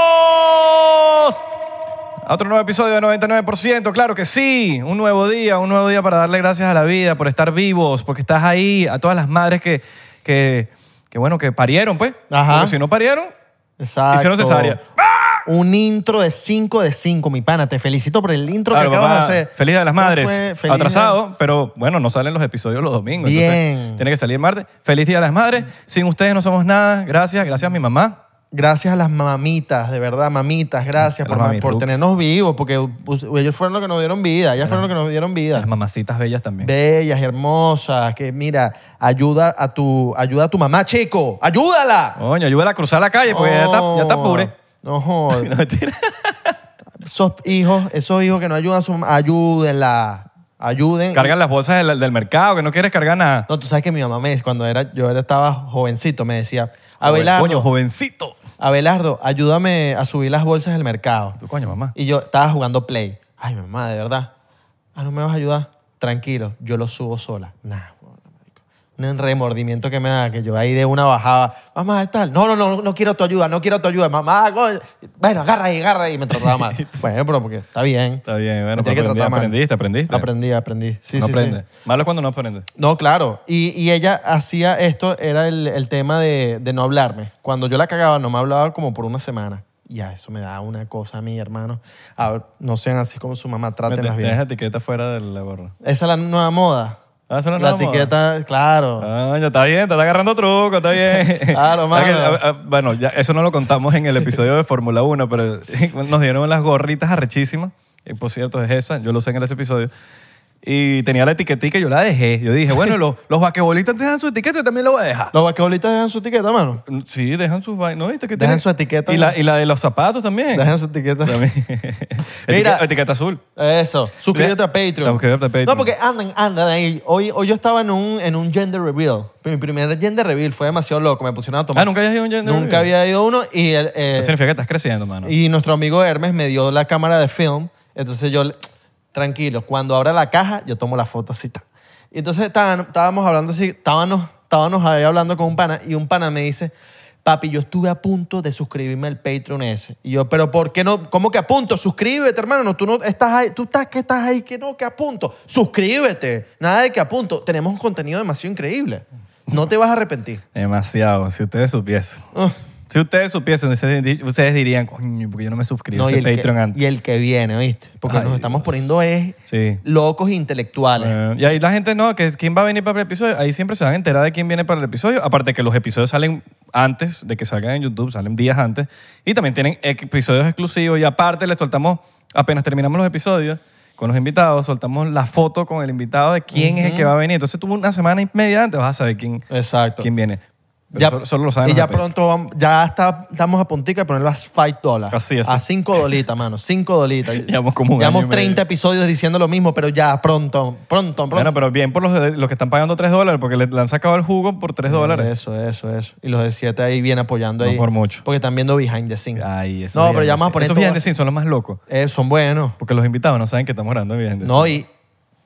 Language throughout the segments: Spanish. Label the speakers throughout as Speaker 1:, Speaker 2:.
Speaker 1: Bienvenidos a otro nuevo episodio de 99%. Claro que sí, un nuevo día, un nuevo día para darle gracias a la vida, por estar vivos, porque estás ahí, a todas las madres que, que, que bueno, que parieron, pues.
Speaker 2: Ajá.
Speaker 1: Porque si no parieron,
Speaker 2: Exacto.
Speaker 1: hicieron cesárea.
Speaker 2: Un intro de 5 de 5, mi pana. Te felicito por el intro
Speaker 1: Claro,
Speaker 2: que acabas
Speaker 1: papá,
Speaker 2: de hacer.
Speaker 1: Feliz de las
Speaker 2: ¿Cómo
Speaker 1: madres.
Speaker 2: fue? Feliz
Speaker 1: Atrasado, pero bueno, no salen los episodios los domingos. Entonces,
Speaker 2: Bien.
Speaker 1: tiene que salir martes. Feliz día de las madres. Sin ustedes no somos nada. Gracias, gracias a mi mamá.
Speaker 2: Gracias a las mamitas, de verdad, mamitas, gracias
Speaker 1: A
Speaker 2: por,
Speaker 1: las mami
Speaker 2: por
Speaker 1: Rux.
Speaker 2: tenernos vivos, porque us- ellos fueron los que nos dieron vida, ellas fueron los que nos dieron vida.
Speaker 1: Las mamacitas bellas también.
Speaker 2: Bellas, hermosas, que mira, ayuda a tu, ayuda a tu mamá, chico, ayúdala.
Speaker 1: Coño, ayúdala a cruzar la calle porque pues ya está, ya está
Speaker 2: No,
Speaker 1: pobre.
Speaker 2: No jodas.
Speaker 1: No, mentira.
Speaker 2: esos hijos, esos hijos que no ayudan a su mamá, ayúdenla, ayuden.
Speaker 1: Cargan las bolsas del, del mercado, que no quieres cargar nada.
Speaker 2: No, tú sabes que mi mamá me cuando era, yo era, estaba jovencito, me decía,
Speaker 1: Joven-
Speaker 2: Abelardo,
Speaker 1: Coño, jovencito.
Speaker 2: Abelardo, ayúdame a subir las bolsas del mercado.
Speaker 1: Tú, coño, mamá.
Speaker 2: Y yo estaba jugando play. Ay, mi mamá, de verdad. Ah, no me vas a ayudar. Tranquilo, yo lo subo sola. Nah, huevón, marico. un remordimiento que me da, que yo ahí de una bajaba. Mamá, tal. No, no, no, no quiero tu ayuda, no quiero tu ayuda. Mamá, coño. Bueno, agarra ahí, agarra ahí. Y me trataba mal. bueno, pero porque está bien.
Speaker 1: Está bien, bueno,
Speaker 2: Me tiene
Speaker 1: pero
Speaker 2: que
Speaker 1: aprendí-
Speaker 2: tratar mal.
Speaker 1: aprendiste, aprendiste.
Speaker 2: Aprendí, aprendí. Sí,
Speaker 1: no
Speaker 2: sí, sí.
Speaker 1: aprende. Malo es cuando no aprende.
Speaker 2: No, claro. Y, y ella hacía esto, era el, el tema de, de no hablarme. Cuando yo la cagaba, no me hablaba como por una semana. Y a eso me da una cosa a mí, hermano. A ver, no sean así como su mamá, trátenlas
Speaker 1: Tienes
Speaker 2: bien.
Speaker 1: la etiqueta fuera de la gorra.
Speaker 2: Esa es la nueva moda.
Speaker 1: Ah, esa es la
Speaker 2: La
Speaker 1: nueva moda.
Speaker 2: etiqueta, claro.
Speaker 1: Coño, está bien, te está agarrando truco, está bien.
Speaker 2: Claro, Ah, mano.
Speaker 1: Es que, a- a- Bueno, ya, eso no lo contamos en el episodio de Fórmula 1, pero nos dieron las gorritas arrechísimas. Y por cierto, es esa, yo lo usé en ese episodio. Y tenía la etiquetica y yo la dejé. Yo dije, bueno, los, los basquetbolistas dejan su etiqueta, yo también la voy a dejar.
Speaker 2: Los basquetbolistas dejan su etiqueta, mano.
Speaker 1: Sí, dejan sus vainas. ¿No viste que
Speaker 2: Dejan
Speaker 1: tienen?
Speaker 2: su etiqueta.
Speaker 1: Y la, y la de los zapatos también.
Speaker 2: Dejan su etiqueta.
Speaker 1: También.
Speaker 2: Mira.
Speaker 1: Etiqueta, etiqueta azul.
Speaker 2: Eso. Suscríbete a Patreon.
Speaker 1: Suscríbete a Patreon.
Speaker 2: No, porque andan, andan ahí. Hoy, hoy yo estaba en un, en un gender reveal. Mi primer gender reveal fue demasiado loco. Me pusieron a tomar.
Speaker 1: Ah, ¿nunca habías ido a un gender
Speaker 2: Nunca
Speaker 1: reveal?
Speaker 2: había ido a uno. Y el, eh,
Speaker 1: Eso significa que estás creciendo, mano.
Speaker 2: Y nuestro amigo Hermes me dio la cámara de film. Entonces yo, le- tranquilo, cuando abra la caja, yo tomo la foto así. ta. Y entonces estaban- estábamos hablando así, estábamos, estábamos ahí hablando con un pana y un pana me dice, papi, yo estuve a punto de suscribirme al Patreon ese. Y yo, pero ¿por qué no? ¿Cómo que a punto? Suscríbete, hermano. No, tú no estás ahí, tú estás que estás ahí, que no, que a punto. Suscríbete. Nada de que a punto. Tenemos un contenido demasiado increíble. No te vas a arrepentir.
Speaker 1: Demasiado, si ustedes supiesen.
Speaker 2: Ugh.
Speaker 1: Si ustedes supiesen, ustedes, ustedes dirían, coño, porque yo no me suscribí
Speaker 2: No,
Speaker 1: a
Speaker 2: y,
Speaker 1: ese
Speaker 2: el
Speaker 1: Patreon
Speaker 2: que,
Speaker 1: antes.
Speaker 2: y el que viene, ¿viste? Porque
Speaker 1: Ay,
Speaker 2: nos estamos
Speaker 1: Dios.
Speaker 2: poniendo es
Speaker 1: Sí.
Speaker 2: locos intelectuales.
Speaker 1: Eh, y ahí la gente, no, que quién va a venir para el episodio. Ahí siempre se van a enterar de quién viene para el episodio. Aparte que los episodios salen antes de que salgan en YouTube, salen días antes. Y también tienen episodios exclusivos. Y aparte les soltamos, apenas terminamos los episodios con los invitados, soltamos la foto con el invitado de quién es el que va a venir. Entonces tú una semana y media antes vas a saber quién,
Speaker 2: Exacto.
Speaker 1: quién viene. Pero
Speaker 2: Ya-
Speaker 1: solo, solo lo saben
Speaker 2: Y
Speaker 1: los
Speaker 2: ya
Speaker 1: apenas.
Speaker 2: pronto vamos- ya está, estamos a puntica de ponerlo a 5 dólares.
Speaker 1: Así es.
Speaker 2: A 5 dolitas, mano. 5 dolitas.
Speaker 1: Llevamos como un
Speaker 2: Llevamos
Speaker 1: año y
Speaker 2: 30
Speaker 1: medio.
Speaker 2: episodios diciendo lo mismo, pero ya pronto, pronto, pronto.
Speaker 1: Bueno, pero bien por los, de- los que están pagando 3 dólares, porque le, le han sacado el jugo por 3 dólares.
Speaker 2: Eso, eso, eso. Y los de 7 ahí bien apoyando
Speaker 1: No
Speaker 2: ahí.
Speaker 1: por mucho.
Speaker 2: Porque están viendo behind the scenes.
Speaker 1: Ay, eso
Speaker 2: No, pero ya vamos a poner
Speaker 1: Esos
Speaker 2: todo
Speaker 1: behind the
Speaker 2: así.
Speaker 1: scenes son los más locos,
Speaker 2: Eh, son buenos.
Speaker 1: porque los invitados no saben que estamos grabando en behind the
Speaker 2: No,
Speaker 1: scenes.
Speaker 2: y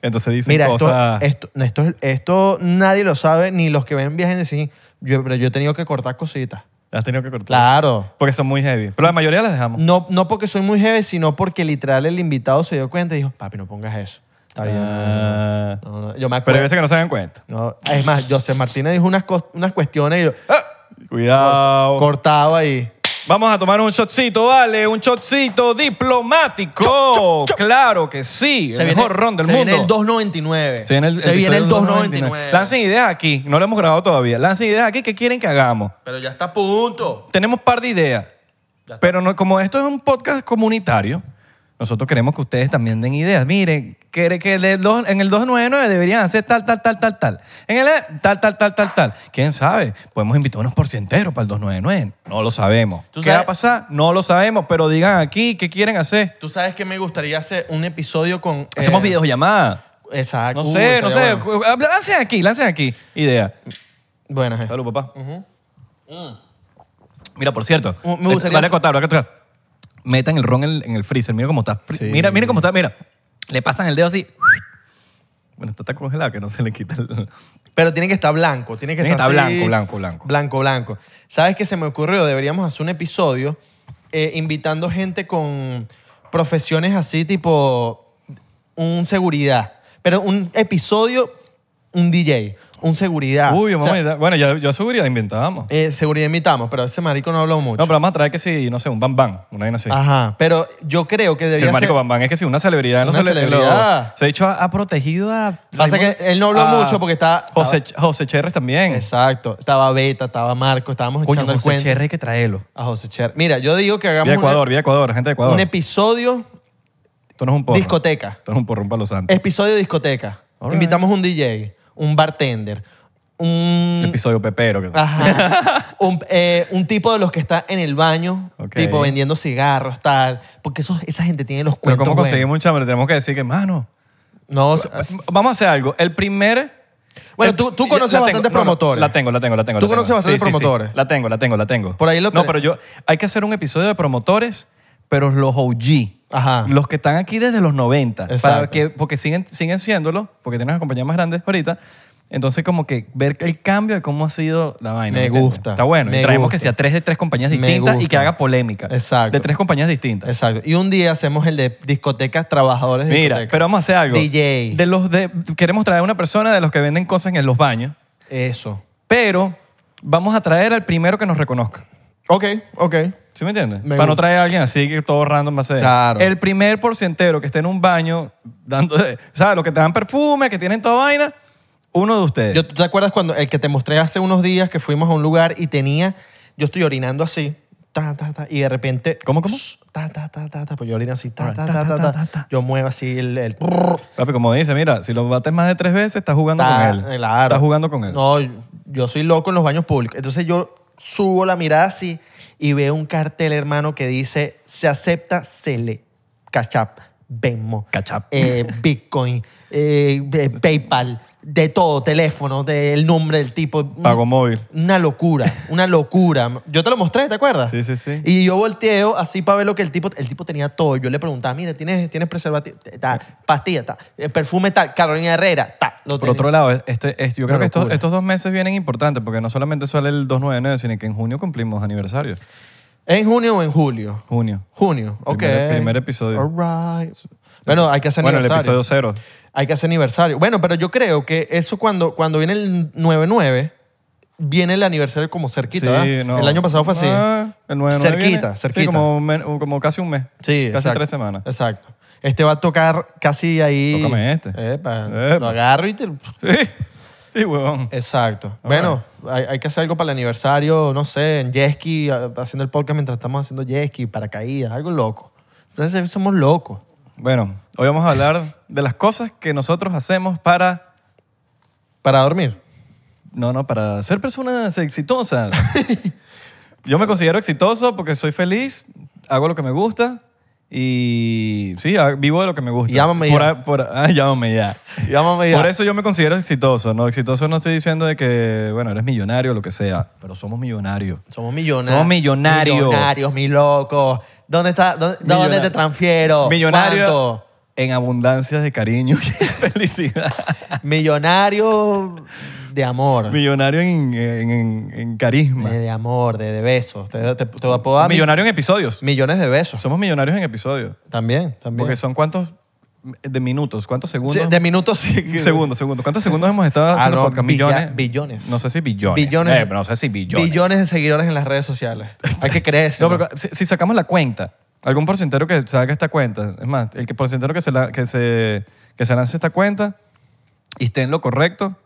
Speaker 1: Entonces dicen
Speaker 2: Mira,
Speaker 1: cosas...
Speaker 2: esto, esto, esto, esto nadie lo sabe, ni los que ven viajes en sí. Yo, pero yo he tenido que cortar cositas.
Speaker 1: Las has tenido que cortar.
Speaker 2: Claro. Mm,
Speaker 1: Porque son muy heavy. Pero la mayoría las dejamos.
Speaker 2: No, no porque soy muy jefe, sino porque literal el invitado se dio cuenta y dijo, papi, no pongas eso. Está bien.
Speaker 1: Ah,
Speaker 2: no, no, no, no". Yo me
Speaker 1: pero
Speaker 2: acuerdo.
Speaker 1: hay veces que no se dan cuenta.
Speaker 2: No, es más, José Martínez dijo unas, cos- unas cuestiones y yo "Ah",
Speaker 1: Cuidado.
Speaker 2: cortaba y...
Speaker 1: Vamos a tomar un shotcito, vale. Un shotcito diplomático. Claro que sí. el mejor ron del
Speaker 2: se
Speaker 1: mundo.
Speaker 2: Viene el 299.
Speaker 1: Se viene el,
Speaker 2: Se viene el
Speaker 1: episodio
Speaker 2: 299.
Speaker 1: Lancen ideas aquí. No lo hemos grabado todavía. Lancen ideas aquí que quieren que hagamos.
Speaker 2: Pero ya está a punto.
Speaker 1: tenemos par de ideas,
Speaker 2: Ya está.
Speaker 1: pero no- como esto es un podcast comunitario, nosotros queremos que ustedes también den ideas. Miren, que, que de dos- en el 299 deberían hacer tal, tal, tal, tal, tal. En el tal, tal, tal, tal, tal. ¿Quién sabe? Podemos invitar unos porcienteros para el 299. No lo sabemos.
Speaker 2: ¿Tú
Speaker 1: ¿Qué
Speaker 2: sabes?
Speaker 1: va a pasar? No lo sabemos, pero digan aquí qué quieren hacer.
Speaker 2: Tú sabes que me gustaría hacer un episodio con...
Speaker 1: Hacemos
Speaker 2: eh,
Speaker 1: videollamadas.
Speaker 2: Exacto.
Speaker 1: No
Speaker 2: Uy,
Speaker 1: sé, no
Speaker 2: estaría
Speaker 1: sé.
Speaker 2: bueno.
Speaker 1: Lancen aquí, lancen aquí. Idea.
Speaker 2: Bueno, ajá.
Speaker 1: Salud, papá. Mm. Mira, por cierto,
Speaker 2: Uh, Me gustaría
Speaker 1: vale
Speaker 2: hacer-
Speaker 1: acotar, vale acotar. Metan el ron en el, en el freezer, mira cómo está. fri-
Speaker 2: Sí.
Speaker 1: Mira, mira cómo está, mira. Le pasan el dedo así. Bueno, está tan congelada que no se le quita el...
Speaker 2: Pero tiene que estar blanco, tiene que
Speaker 1: Tiene que
Speaker 2: estar,
Speaker 1: estar
Speaker 2: así,
Speaker 1: blanco, blanco, blanco.
Speaker 2: Blanco, blanco. ¿Sabes qué se me ocurrió? Deberíamos hacer un episodio eh, invitando gente con profesiones así, tipo un seguridad. Pero un episodio, un DJ, un seguridad.
Speaker 1: Uy,
Speaker 2: Ah, O
Speaker 1: mamá,
Speaker 2: sea,
Speaker 1: mira, bueno, ya, yo seguridad inventábamos.
Speaker 2: eh, seguridad invitamos, pero ese marico no habló mucho.
Speaker 1: No, pero vamos a traer que sí, no sé, un Bam Bam, una vaina así.
Speaker 2: Ajá, pero yo creo que
Speaker 1: Que el
Speaker 2: debería ser...
Speaker 1: marico Bam Bam es que sí, una celebridad. no
Speaker 2: Una
Speaker 1: se le-
Speaker 2: celebridad.
Speaker 1: lo- se ha dicho, ha ha protegido a...
Speaker 2: Pasa que él no habló
Speaker 1: a
Speaker 2: mucho porque está-
Speaker 1: José, José Cherres también.
Speaker 2: Exacto. Estaba Beta, estaba Marco, estábamos
Speaker 1: Coño,
Speaker 2: echando el
Speaker 1: José
Speaker 2: cuento.
Speaker 1: Cherres hay que traerlo.
Speaker 2: A José Cher. Mira, yo digo que hagamos
Speaker 1: Vía
Speaker 2: un-
Speaker 1: Ecuador, vía Ecuador, gente de Ecuador.
Speaker 2: un episodio
Speaker 1: Esto no es un porro.
Speaker 2: Discoteca.
Speaker 1: Esto no es un porro, un palo santo.
Speaker 2: Episodio discoteca.
Speaker 1: All right.
Speaker 2: Invitamos un DJ, un bartender, un... Ah,
Speaker 1: Episodio pepero. que-
Speaker 2: Ajá. un, eh, un tipo de los que está en el baño,
Speaker 1: Ok.
Speaker 2: tipo vendiendo cigarros, tal. Porque esos, esa gente tiene los
Speaker 1: Pero
Speaker 2: cuentos
Speaker 1: ¿cómo
Speaker 2: buenos.
Speaker 1: conseguimos Pues, un chambre? Tenemos que decir que, mano,
Speaker 2: No, o sea,
Speaker 1: vamos a hacer algo. El primer...
Speaker 2: Bueno,
Speaker 1: el-
Speaker 2: tú- tú
Speaker 1: ya-
Speaker 2: conoces
Speaker 1: la tengo,
Speaker 2: bastantes
Speaker 1: no, no,
Speaker 2: promotores.
Speaker 1: la tengo, la tengo, la tengo.
Speaker 2: Tú
Speaker 1: la
Speaker 2: conoces
Speaker 1: tengo.
Speaker 2: bastantes
Speaker 1: Sí, sí, sí.
Speaker 2: promotores.
Speaker 1: La tengo, la tengo, la tengo.
Speaker 2: Por ahí lo
Speaker 1: No,
Speaker 2: tenés.
Speaker 1: pero yo... Hay que hacer un episodio de promotores, pero los OG.
Speaker 2: Ajá.
Speaker 1: Los que están aquí desde los 90.
Speaker 2: Ah. Exacto.
Speaker 1: Para que, porque siguen, siguen siéndolo, porque tienen las compañías más grandes ahorita. Entonces, como que ver el cambio de cómo ha sido la vaina.
Speaker 2: Me
Speaker 1: ¿me entiendes?
Speaker 2: gusta,
Speaker 1: Está bueno.
Speaker 2: me
Speaker 1: y traemos
Speaker 2: gusta.
Speaker 1: que sea tres de tres compañías
Speaker 2: Me
Speaker 1: distintas y
Speaker 2: gusta.
Speaker 1: que haga polémica.
Speaker 2: Exacto.
Speaker 1: De tres compañías distintas.
Speaker 2: Exacto. Y un día hacemos el de discotecas, trabajadores de
Speaker 1: Mira,
Speaker 2: discoteca.
Speaker 1: pero vamos a hacer algo.
Speaker 2: DJ.
Speaker 1: De los de, queremos traer una persona de los que venden cosas en los baños,
Speaker 2: Eso.
Speaker 1: pero vamos a traer al primero que nos reconozca.
Speaker 2: Ok, ok.
Speaker 1: ¿Sí me entiendes?
Speaker 2: Me
Speaker 1: Para no
Speaker 2: gusta.
Speaker 1: traer a alguien así que todo random va a ser.
Speaker 2: Claro.
Speaker 1: El primer porcientero que esté en un baño dando, ¿sabes? Los que te dan perfume, que tienen toda vaina, uno de ustedes.
Speaker 2: Yo, ¿Tú te acuerdas cuando el que te mostré hace unos días que fuimos a un lugar y tenía, yo estoy orinando así, ta, ta, ta, y de repente...
Speaker 1: ¿Cómo, cómo?
Speaker 2: Ta, ta, ta, ta, ta, pues yo orino así, ta,
Speaker 1: Alright,
Speaker 2: ta, ta, ta, ta, Yo muevo así el... el-
Speaker 1: Papi, como dice, mira, si lo bates más de tres veces, estás jugando
Speaker 2: ta,
Speaker 1: con él.
Speaker 2: claro.
Speaker 1: Estás jugando con él.
Speaker 2: No, yo soy loco en los baños públicos. Entonces yo subo la mirada así y veo un cartel, hermano, que dice, se acepta, se le, cachap, venmo.
Speaker 1: Cachap.
Speaker 2: eh, Bitcoin, eh, eh, PayPal, de todo, teléfono, del nombre del tipo.
Speaker 1: Pago móvil.
Speaker 2: Una locura, una locura. Yo te lo mostré, ¿te acuerdas?
Speaker 1: Sí, sí, sí.
Speaker 2: Y yo volteo así para ver lo que el tipo, el tipo tenía todo. Yo le preguntaba, mira, ¿tienes, tienes preservativo? Ta, pastilla, ta, eh, perfume tal, Carolina Herrera, ta, lo
Speaker 1: Por otro
Speaker 2: tenía.
Speaker 1: lado, este, este- yo
Speaker 2: Una
Speaker 1: creo que estos,
Speaker 2: locura.
Speaker 1: estos dos meses vienen importantes porque no solamente sale el 299, sino que en junio cumplimos aniversario.
Speaker 2: ¿En junio o en julio?
Speaker 1: Junio.
Speaker 2: Junio, ok.
Speaker 1: Primer- primer episodio.
Speaker 2: All right. Bueno, hay que hacer
Speaker 1: Bueno, el
Speaker 2: aniversario.
Speaker 1: episodio cero.
Speaker 2: Hay que hacer aniversario. Bueno, pero yo creo que eso cuando, cuando viene el 9-9, viene el aniversario como cerquita. ¿verdad?
Speaker 1: no.
Speaker 2: El año pasado fue así.
Speaker 1: Ah, el 9
Speaker 2: Cerquita,
Speaker 1: viene.
Speaker 2: cerquita.
Speaker 1: Sí, como, men- como casi un mes. Casi
Speaker 2: sí, exacto.
Speaker 1: tres semanas.
Speaker 2: Exacto. Este va a tocar casi ahí.
Speaker 1: Tócame este.
Speaker 2: Epa,
Speaker 1: Epa.
Speaker 2: Lo agarro y te.
Speaker 1: Sí, sí, huevón.
Speaker 2: Exacto.
Speaker 1: All
Speaker 2: bueno, hay, hay que hacer algo para el aniversario, no sé, en jet ski, a- haciendo el podcast mientras estamos haciendo jet ski, paracaídas, algo loco. Entonces somos locos.
Speaker 1: Bueno, hoy vamos a hablar de las cosas que nosotros hacemos para...
Speaker 2: Para dormir.
Speaker 1: No, no, para ser personas exitosas. Yo me considero exitoso porque soy feliz, hago lo que me gusta y sí, ah, vivo de lo que me gusta.
Speaker 2: Llámame
Speaker 1: Por
Speaker 2: ya.
Speaker 1: a- por a- ah, llámame ya.
Speaker 2: Llámame ya.
Speaker 1: Por eso yo me considero exitoso, ¿no? Exitoso no estoy diciendo de que, bueno, eres millonario o lo que sea, pero somos millonarios.
Speaker 2: Somos millonarios.
Speaker 1: Somos millonarios.
Speaker 2: Millonarios, mi loco. ¿Dónde, está, dónde, dónde
Speaker 1: Millonario.
Speaker 2: te transfiero?
Speaker 1: Millonario
Speaker 2: ¿Cuánto?
Speaker 1: en abundancia de cariño y felicidad.
Speaker 2: Millonario de amor.
Speaker 1: Millonario en, en- en- en carisma.
Speaker 2: de, de amor, de, de besos. Te, te, te voy a apodar mi-
Speaker 1: millonario en episodios.
Speaker 2: millones de besos.
Speaker 1: Somos millonarios en episodios.
Speaker 2: También, también.
Speaker 1: Porque son cuántos de minutos, cuántos segundos.
Speaker 2: Sí, de minutos. sí.
Speaker 1: Segundos, segundos. ¿Cuántos segundos hemos estado
Speaker 2: Ah,
Speaker 1: haciendo
Speaker 2: no,
Speaker 1: podcast?
Speaker 2: billa-
Speaker 1: Millones.
Speaker 2: billones.
Speaker 1: No sé si billones.
Speaker 2: Billones.
Speaker 1: Eh, pero no sé si billones.
Speaker 2: Billones de seguidores en las redes sociales. Hay que creerse.
Speaker 1: No, pero si, si sacamos la cuenta, algún porcentero que saque esta cuenta, es más, el que porcentero que se, la- que se, que se lance esta cuenta y esté en lo correcto,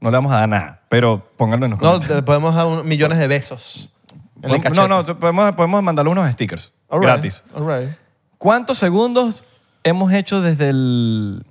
Speaker 1: no le vamos a dar nada. Pero pónganlo en los
Speaker 2: No,
Speaker 1: comentarios.
Speaker 2: te podemos dar un- millones de besos. En el
Speaker 1: Podemos-
Speaker 2: cachete.
Speaker 1: no, no, podemos, podemos mandarle unos stickers
Speaker 2: All right,
Speaker 1: gratis.
Speaker 2: all right.
Speaker 1: ¿Cuántos segundos hemos hecho desde el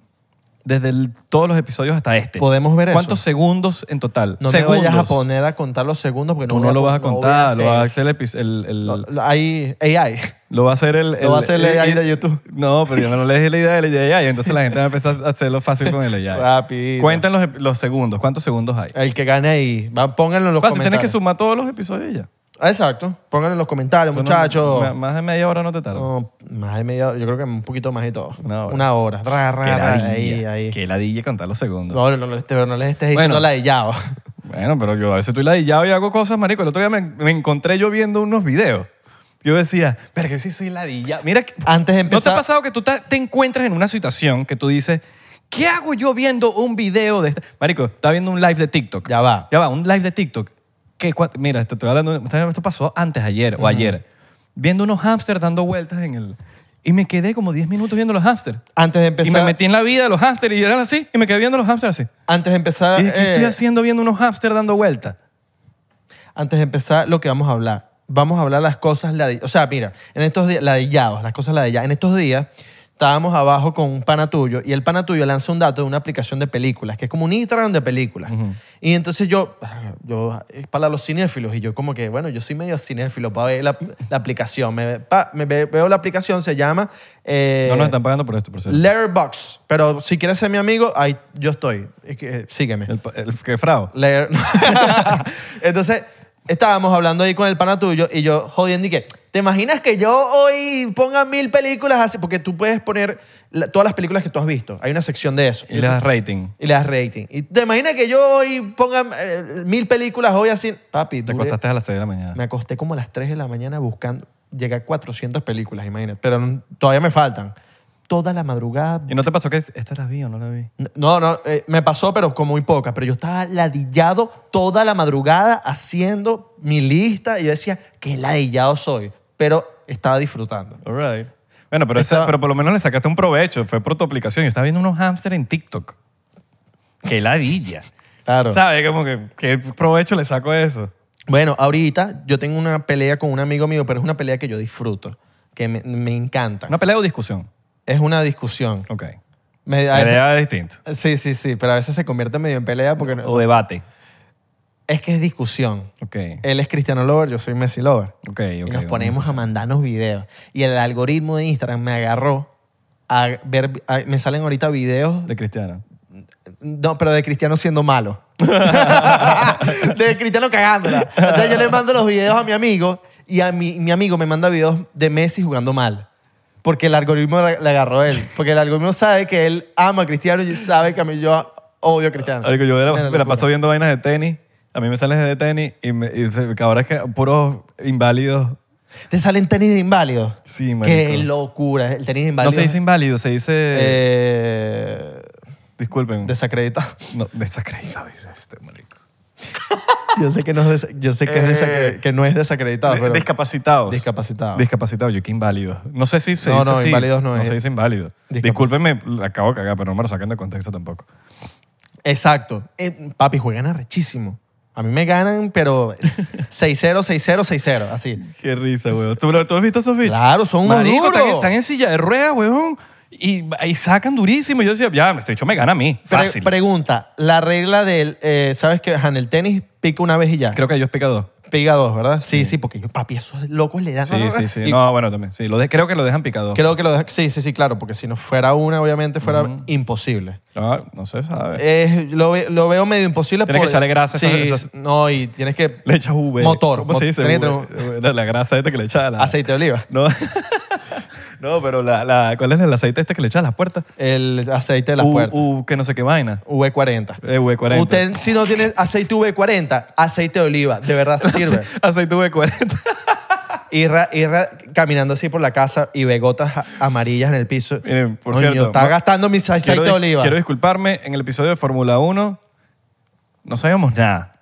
Speaker 1: desde el- todos los episodios hasta este?
Speaker 2: Podemos ver eso.
Speaker 1: ¿Cuántos segundos en total?
Speaker 2: No
Speaker 1: segundos.
Speaker 2: me vayas a poner a contar los segundos porque no
Speaker 1: Tú
Speaker 2: voy
Speaker 1: no lo vas a
Speaker 2: no voy
Speaker 1: contar, lo va a hacer
Speaker 2: hacer
Speaker 1: el, epi- el- el-
Speaker 2: eso. Lo- lo- Hay AI.
Speaker 1: Lo va a hacer el...
Speaker 2: Lo va a hacer el AI de YouTube.
Speaker 1: No, pero yo no le dije la idea del AI, entonces la gente va a empezar a hacerlo fácil con el AI.
Speaker 2: Rápido.
Speaker 1: Cuenten los, ep- los segundos, ¿cuántos segundos hay?
Speaker 2: El que gane ahí. Va, pónganlo en los
Speaker 1: Fácil, tienes que
Speaker 2: comentarios.
Speaker 1: sumar todos los episodios y ya.
Speaker 2: Exacto. Pónganlo en los comentarios,
Speaker 1: Tú no-
Speaker 2: muchachos.
Speaker 1: m- más de media hora no te tarda.
Speaker 2: No, más de media hora, yo creo que un poquito más y todo.
Speaker 1: Una hora.
Speaker 2: Ra, ra,
Speaker 1: Qué
Speaker 2: ra,
Speaker 1: ladilla,
Speaker 2: ahí, ahí.
Speaker 1: Qué ladilla contar los segundos.
Speaker 2: No, no, no, este- pero no les estés
Speaker 1: Bueno.
Speaker 2: diciendo ladillado.
Speaker 1: Bueno, pero yo a veces estoy ladillado y hago cosas, marico. El otro día me, me encontré yo viendo unos videos. Yo decía, pero que sí soy ladillado. Mira, que-
Speaker 2: Antes de
Speaker 1: ¿no te ha
Speaker 2: empezar-
Speaker 1: pasado que tú te, te encuentras en una situación que tú dices, ¿qué hago yo viendo un video de este? Marico, estaba viendo un live de TikTok.
Speaker 2: Ya va.
Speaker 1: Ya va, un live de TikTok. ¿Qué, cua- Mira, te estoy hablando, esto pasó antes ayer o ayer. Viendo unos hámsters dando vueltas en el... Y me quedé como 10 minutos viendo los hámsters.
Speaker 2: Antes de
Speaker 1: Y me
Speaker 2: empezar,
Speaker 1: metí en la vida de los hámsters y eran así. Y me quedé viendo los hámsters así.
Speaker 2: antes de empezar,
Speaker 1: Y dije, ¿qué
Speaker 2: eh,
Speaker 1: estoy haciendo viendo unos hámsters dando vueltas?
Speaker 2: antes de empezar lo que vamos a hablar. Vamos a hablar las cosas ladilladas. O sea, mira, en estos días, ladillados, las cosas ladilladas. En estos días estábamos abajo con un pana tuyo y el pana tuyo lanza un dato de una aplicación de películas, que es como un Instagram de películas. Y entonces yo, ah, yo, es para los cinéfilos, y yo como que, bueno, yo soy medio cinéfilo para ver la, la aplicación. Me, pa- me ve- veo la aplicación, se llama... eh,
Speaker 1: No nos están pagando por esto, por cierto.
Speaker 2: Letterboxd. Pero si quieres ser mi amigo, ahí yo estoy. Es que, eh, Sígueme.
Speaker 1: El, pa- el que frao.
Speaker 2: Leer. Entonces, estábamos hablando ahí con el pana tuyo y yo jodiendo y que, ¿te imaginas que yo hoy ponga mil películas así? Porque tú puedes poner la- todas las películas que tú has visto. Hay una sección de eso.
Speaker 1: Y le das rating.
Speaker 2: Y le das rating. ¿Y te imaginas que yo hoy ponga eh, mil películas hoy así? Papi,
Speaker 1: Te
Speaker 2: duré-
Speaker 1: acostaste a las 6 de la mañana.
Speaker 2: me acosté como a las 3 de la mañana buscando. Llegué a 400 películas, imagínate. Pero n- todavía me faltan. Toda la madrugada
Speaker 1: ¿Y no te pasó que esta la vi o no la vi?
Speaker 2: no, no, eh, me pasó, pero con muy poca. Pero yo estaba ladillado toda la madrugada haciendo mi lista y yo decía, qué ladillado soy. Pero estaba disfrutando.
Speaker 1: All right. Bueno, pero, esa-
Speaker 2: Estaba-
Speaker 1: pero por lo menos le sacaste un provecho. Fue por tu aplicación. Yo estaba viendo unos hámsters en TikTok. ¡Qué ladilla!
Speaker 2: Claro.
Speaker 1: ¿Sabes? Como que, ¿qué provecho le saco a eso?
Speaker 2: Bueno, ahorita yo tengo una pelea con un amigo mío, pero es una pelea que yo disfruto, que me, me encanta.
Speaker 1: ¿Una pelea o discusión?
Speaker 2: Es una discusión.
Speaker 1: Ok.
Speaker 2: Me- a veces-
Speaker 1: Pelea distinto.
Speaker 2: sí, sí, sí, pero a veces se convierte medio en pelea porque no-
Speaker 1: O debate.
Speaker 2: es que es discusión.
Speaker 1: Ok.
Speaker 2: Él es Cristiano Lover, yo soy Messi Lover.
Speaker 1: Ok, ok.
Speaker 2: Eh, y nos ponemos a mandarnos videos. Y el algoritmo de Instagram me agarró a ver, a- me salen ahorita videos,
Speaker 1: De Cristiano.
Speaker 2: no, pero de Cristiano siendo malo. de Cristiano cagándola. Entonces yo le mando los videos a mi amigo y a mi, mi amigo me manda videos de Messi jugando mal. Porque el algoritmo le le agarró a él. Porque el algoritmo sabe que él ama a Cristiano y sabe que a mí yo odio a Cristiano.
Speaker 1: Marico, yo me la, me
Speaker 2: Una
Speaker 1: la
Speaker 2: locura.
Speaker 1: paso viendo vainas de tenis. A mí me sales de tenis y, me, y se- que ahora es que puros inválidos.
Speaker 2: Te salen tenis de inválidos.
Speaker 1: Sí,
Speaker 2: Qué
Speaker 1: marico.
Speaker 2: locura. El tenis de inválidos.
Speaker 1: No se dice inválido, se dice...
Speaker 2: Eh,
Speaker 1: disculpen.
Speaker 2: desacreditado.
Speaker 1: no, desacreditado dice este, marico.
Speaker 2: Yo sé que no es, desa- yo sé que, es desacre-
Speaker 1: Eh,
Speaker 2: que no es desacreditado,
Speaker 1: De-
Speaker 2: pero
Speaker 1: discapacitados.
Speaker 2: Discapacitado.
Speaker 1: Discapacitado, yo que inválido. No sé si se
Speaker 2: No,
Speaker 1: dice
Speaker 2: no,
Speaker 1: así.
Speaker 2: inválidos no es.
Speaker 1: se dice inválido.
Speaker 2: Discapac-
Speaker 1: Discúlpenme, la acabo de cagar, pero no me lo saquen de contexto tampoco.
Speaker 2: exacto. Eh, papi, juegan arrechísimo. A mí me ganan, pero 6-0, 6-0, 6-0, así.
Speaker 1: Qué risa, weón. ¿Tú, lo- tú has visto esos bichos?
Speaker 2: Claro, son unos
Speaker 1: Marico,
Speaker 2: duros.
Speaker 1: están, en- están en silla de ruedas, weón. Y, y sacan durísimo. Y yo decía, ya, este hecho me gana a mí.
Speaker 2: Pre-
Speaker 1: Fácil.
Speaker 2: pregunta, la regla del, eh, ¿sabes que En el tenis pica una vez y ya.
Speaker 1: Creo que ellos pecador.
Speaker 2: Pica dos, ¿verdad? Sí, sí, porque yo, papi, esos locos le dan.
Speaker 1: Sí, sí, sí.
Speaker 2: y
Speaker 1: No, bueno, también. Sí, lo de- creo que lo dejan picado.
Speaker 2: Creo que lo deja- Sí, sí, sí, claro, porque si no fuera una, obviamente fuera imposible.
Speaker 1: Ah, no se sabe.
Speaker 2: Eh, lo, ve- lo veo medio imposible.
Speaker 1: Tienes que echarle grasa a
Speaker 2: Sí,
Speaker 1: esas- esas-
Speaker 2: no, y tienes que...
Speaker 1: le echas V.
Speaker 2: Motor.
Speaker 1: ¿Cómo se
Speaker 2: Mot-
Speaker 1: dice?
Speaker 2: tenés que
Speaker 1: V? La, la grasa esta que le echas a la...
Speaker 2: Aceite de oliva.
Speaker 1: No, no pero la, la, ¿cuál es el aceite este que le echas a las puertas?
Speaker 2: El aceite de las
Speaker 1: U-
Speaker 2: puertas.
Speaker 1: U, que no sé qué vaina.
Speaker 2: V40.
Speaker 1: Eh, V40.
Speaker 2: Usted, si no tiene aceite V40, aceite de oliva, de verdad sirve.
Speaker 1: Aceite E V40.
Speaker 2: Ir, ra- ir ra- caminando así por la casa y ve gotas a- amarillas en el piso.
Speaker 1: Miren, por
Speaker 2: Coño,
Speaker 1: cierto,
Speaker 2: Está
Speaker 1: ma-
Speaker 2: gastando mi aceite
Speaker 1: quiero,
Speaker 2: de
Speaker 1: dis-
Speaker 2: oliva.
Speaker 1: quiero disculparme. En el episodio de Fórmula 1 no sabíamos nada.